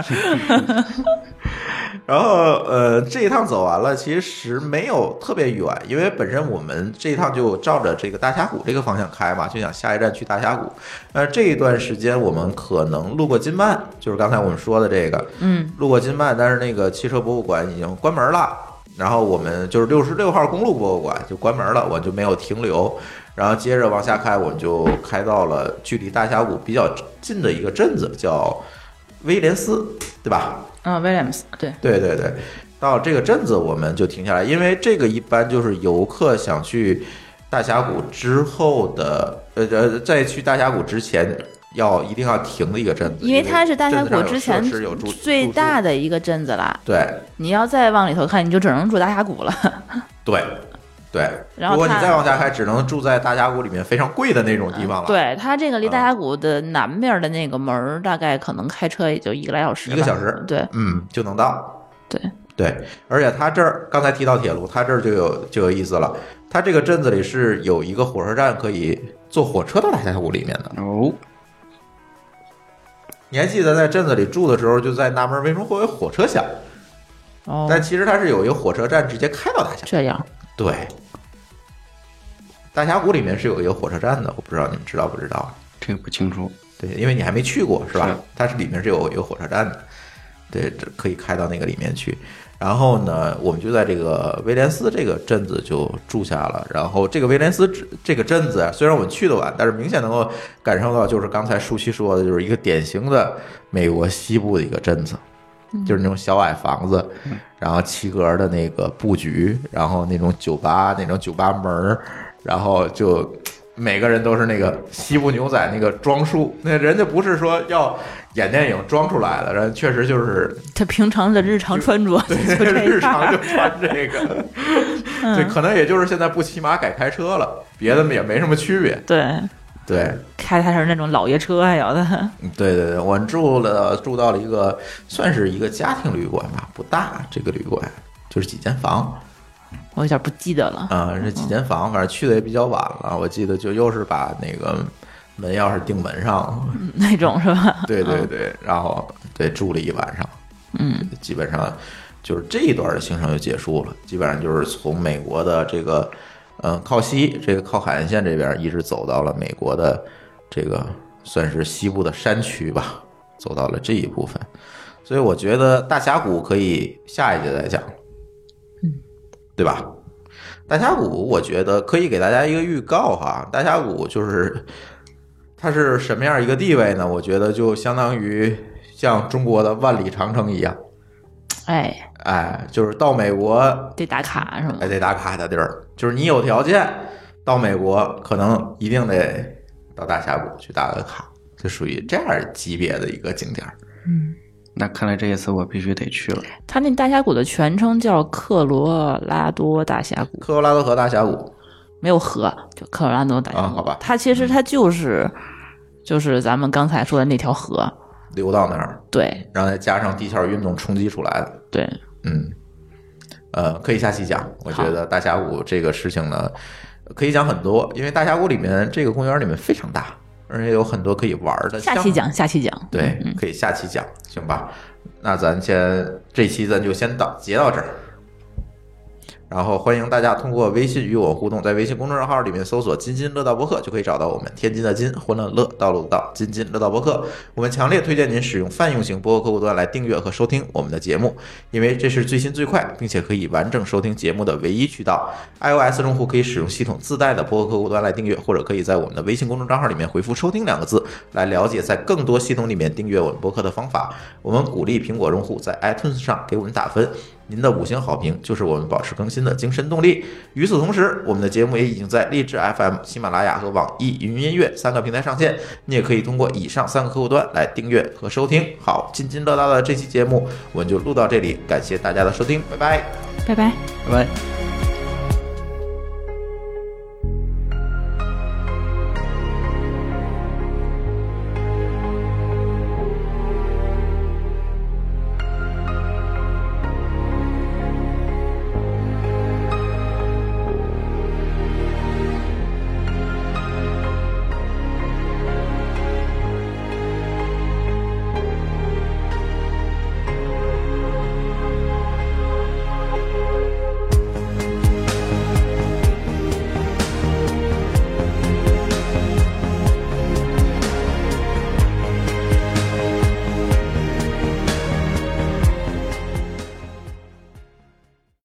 Speaker 1: 然后呃，这一趟走完了，其实没有特别远，因为本身我们这一趟就照着这个大峡谷这个方向开嘛，就想下一站去大峡谷。那这一段时间我们可能路过金曼，就是刚才我们说的这个，
Speaker 4: 嗯，
Speaker 1: 路过金曼，但是那个汽车博物馆已经关门了。然后我们就是六十六号公路博物馆就关门了，我就没有停留。然后接着往下开，我们就开到了距离大峡谷比较近的一个镇子，叫威廉斯，对吧？
Speaker 4: 啊、威廉姆斯，对，
Speaker 1: 对对对，到这个镇子我们就停下来，因为这个一般就是游客想去大峡谷之后的，呃呃，在去大峡谷之前要一定要停的一个镇子，
Speaker 4: 因为它是大峡
Speaker 1: 镇子上
Speaker 4: 谷
Speaker 1: 有
Speaker 4: 之前
Speaker 1: 设施有住
Speaker 4: 最大
Speaker 1: 住
Speaker 4: 的一个镇子了，
Speaker 1: 宿对
Speaker 4: 你要再往里头看，你就只能住大峡谷了。
Speaker 1: 对对，如
Speaker 4: 然后
Speaker 1: 果你
Speaker 4: 它嗯
Speaker 1: 再往下开，只能住在大峡谷里面非常贵的那种地方了，，嗯
Speaker 4: 对，它这个离大峡谷的南面的那个门儿，大概可能开车也就一个来小时吧，
Speaker 1: 一个小时
Speaker 4: 对，
Speaker 1: 嗯，就能到，
Speaker 4: 对
Speaker 1: 对，而且它这儿刚才提到铁路，它这儿就有就有意思了，它这个镇子里是有一个火车站可以坐火车到大峡谷里面的。
Speaker 3: 哦，
Speaker 1: 你还记得在镇子里住的时候，就在纳闷为什么会有火车响？
Speaker 4: 哦，
Speaker 1: 但其实它是有一个火车站直接开到大峡谷。
Speaker 4: 这样，
Speaker 1: 对，大峡谷里面是有一个火车站的，我不知道你们知道不知道？啊
Speaker 3: 这个不清楚。
Speaker 1: 对，因为你还没去过是吧？
Speaker 3: 是
Speaker 1: 它是里面是有一个火车站的，对，这可以开到那个里面去。然后呢，我们就在这个威廉斯这个镇子就住下了。然后这个威廉斯这这个镇子啊，虽然我们去的晚，但是明显能够感受到，就是刚才舒淇说的，就是一个典型的美国西部的一个镇子。就是那种小矮房子，然后七格的那个布局，然后那种酒吧，那种酒吧门儿，然后就每个人都是那个西部牛仔那个装束，那人家不是说要演电影装出来的，人家确实就是 *laughs*
Speaker 4: 他平常的日常穿着就这
Speaker 1: 日
Speaker 4: 样嗯
Speaker 1: 常
Speaker 4: 儿 *laughs*
Speaker 1: 就。穿这个，对，可能也就是现在不骑马改开车了，别的也没什么区别。
Speaker 4: 对，
Speaker 1: 对，
Speaker 4: 开的还是那种老爷车，还有的，
Speaker 1: 嗯对对对，我住了住到了一个算是一个家庭旅馆吧，不大，这个旅馆就是几间房
Speaker 4: 我有点不记得了。
Speaker 1: 啊、这几间房，反正去的也比较晚了，我记得就又是把那个门钥匙钉门上了，
Speaker 4: 那种是吧？
Speaker 1: 嗯对对对，然后对住了一晚上，
Speaker 4: 嗯，
Speaker 1: 基本上就是这一段的行程就结束了，基本上就是从美国的这个嗯、呃靠西这个靠海岸线这边一直走到了美国的这个算是西部的山区吧，走到了这一部分，所以我觉得大峡谷可以下一节再讲，嗯，对吧？大峡谷，我觉得可以给大家一个预告哈。大峡谷就是它是什么样一个地位呢？我觉得就相当于像中国的万里长城一样，
Speaker 4: 哎，
Speaker 1: 哎，就是到美国哎
Speaker 4: 得打卡是吗
Speaker 1: 还？得打卡的地儿，就是你有条件到美国，可能一定得到大峡谷去打个卡，就属于这样级别的一个景点儿。
Speaker 3: 那看来这一次我必须得去了。
Speaker 4: 它那大峡谷的全称叫克罗拉多大峡谷，
Speaker 1: 科罗拉多河大峡谷，
Speaker 4: 没有河，就克罗拉多大峡谷。
Speaker 1: 啊好吧
Speaker 4: 它其实它就是就是咱们刚才说的那条河，
Speaker 1: 流到那儿，
Speaker 4: 对
Speaker 1: 然后再加上地壳运动冲击出来的，
Speaker 4: 对，
Speaker 1: 嗯，呃，可以下期讲。我觉得大峡谷这个事情呢，可以讲很多，因为大峡谷里面这个公园里面非常大，而且有很多可以玩的。
Speaker 4: 下期讲，，嗯下期讲，
Speaker 1: 对，可以下期讲，行吧？那咱先这期咱就先到截到这儿。然后欢迎大家通过微信与我互动，在微信公众号里面搜索“津津乐道播客”就可以找到我们。天津的津，欢乐的乐，道路的道，津津乐道播客。我们强烈推荐您使用泛用型播客客户端来订阅和收听我们的节目，因为这是最新最快，并且可以完整收听节目的唯一渠道。iOS 用户可以使用系统自带的播客客户端来订阅，或者可以在我们的微信公众账号里面回复“收听”两个字，来了解在更多系统里面订阅我们播客的方法。我们鼓励苹果用户在 iTunes 上给我们打分。您的五星好评就是我们保持更新的精神动力。与此同时，我们的节目也已经在荔枝 FM、喜马拉雅和网易云音乐三个平台上线，你也可以通过以上三个客户端来订阅和收听。好，津津乐道的这期节目我们就录到这里，感谢大家的收听，拜拜。
Speaker 4: 拜拜。
Speaker 3: 拜拜。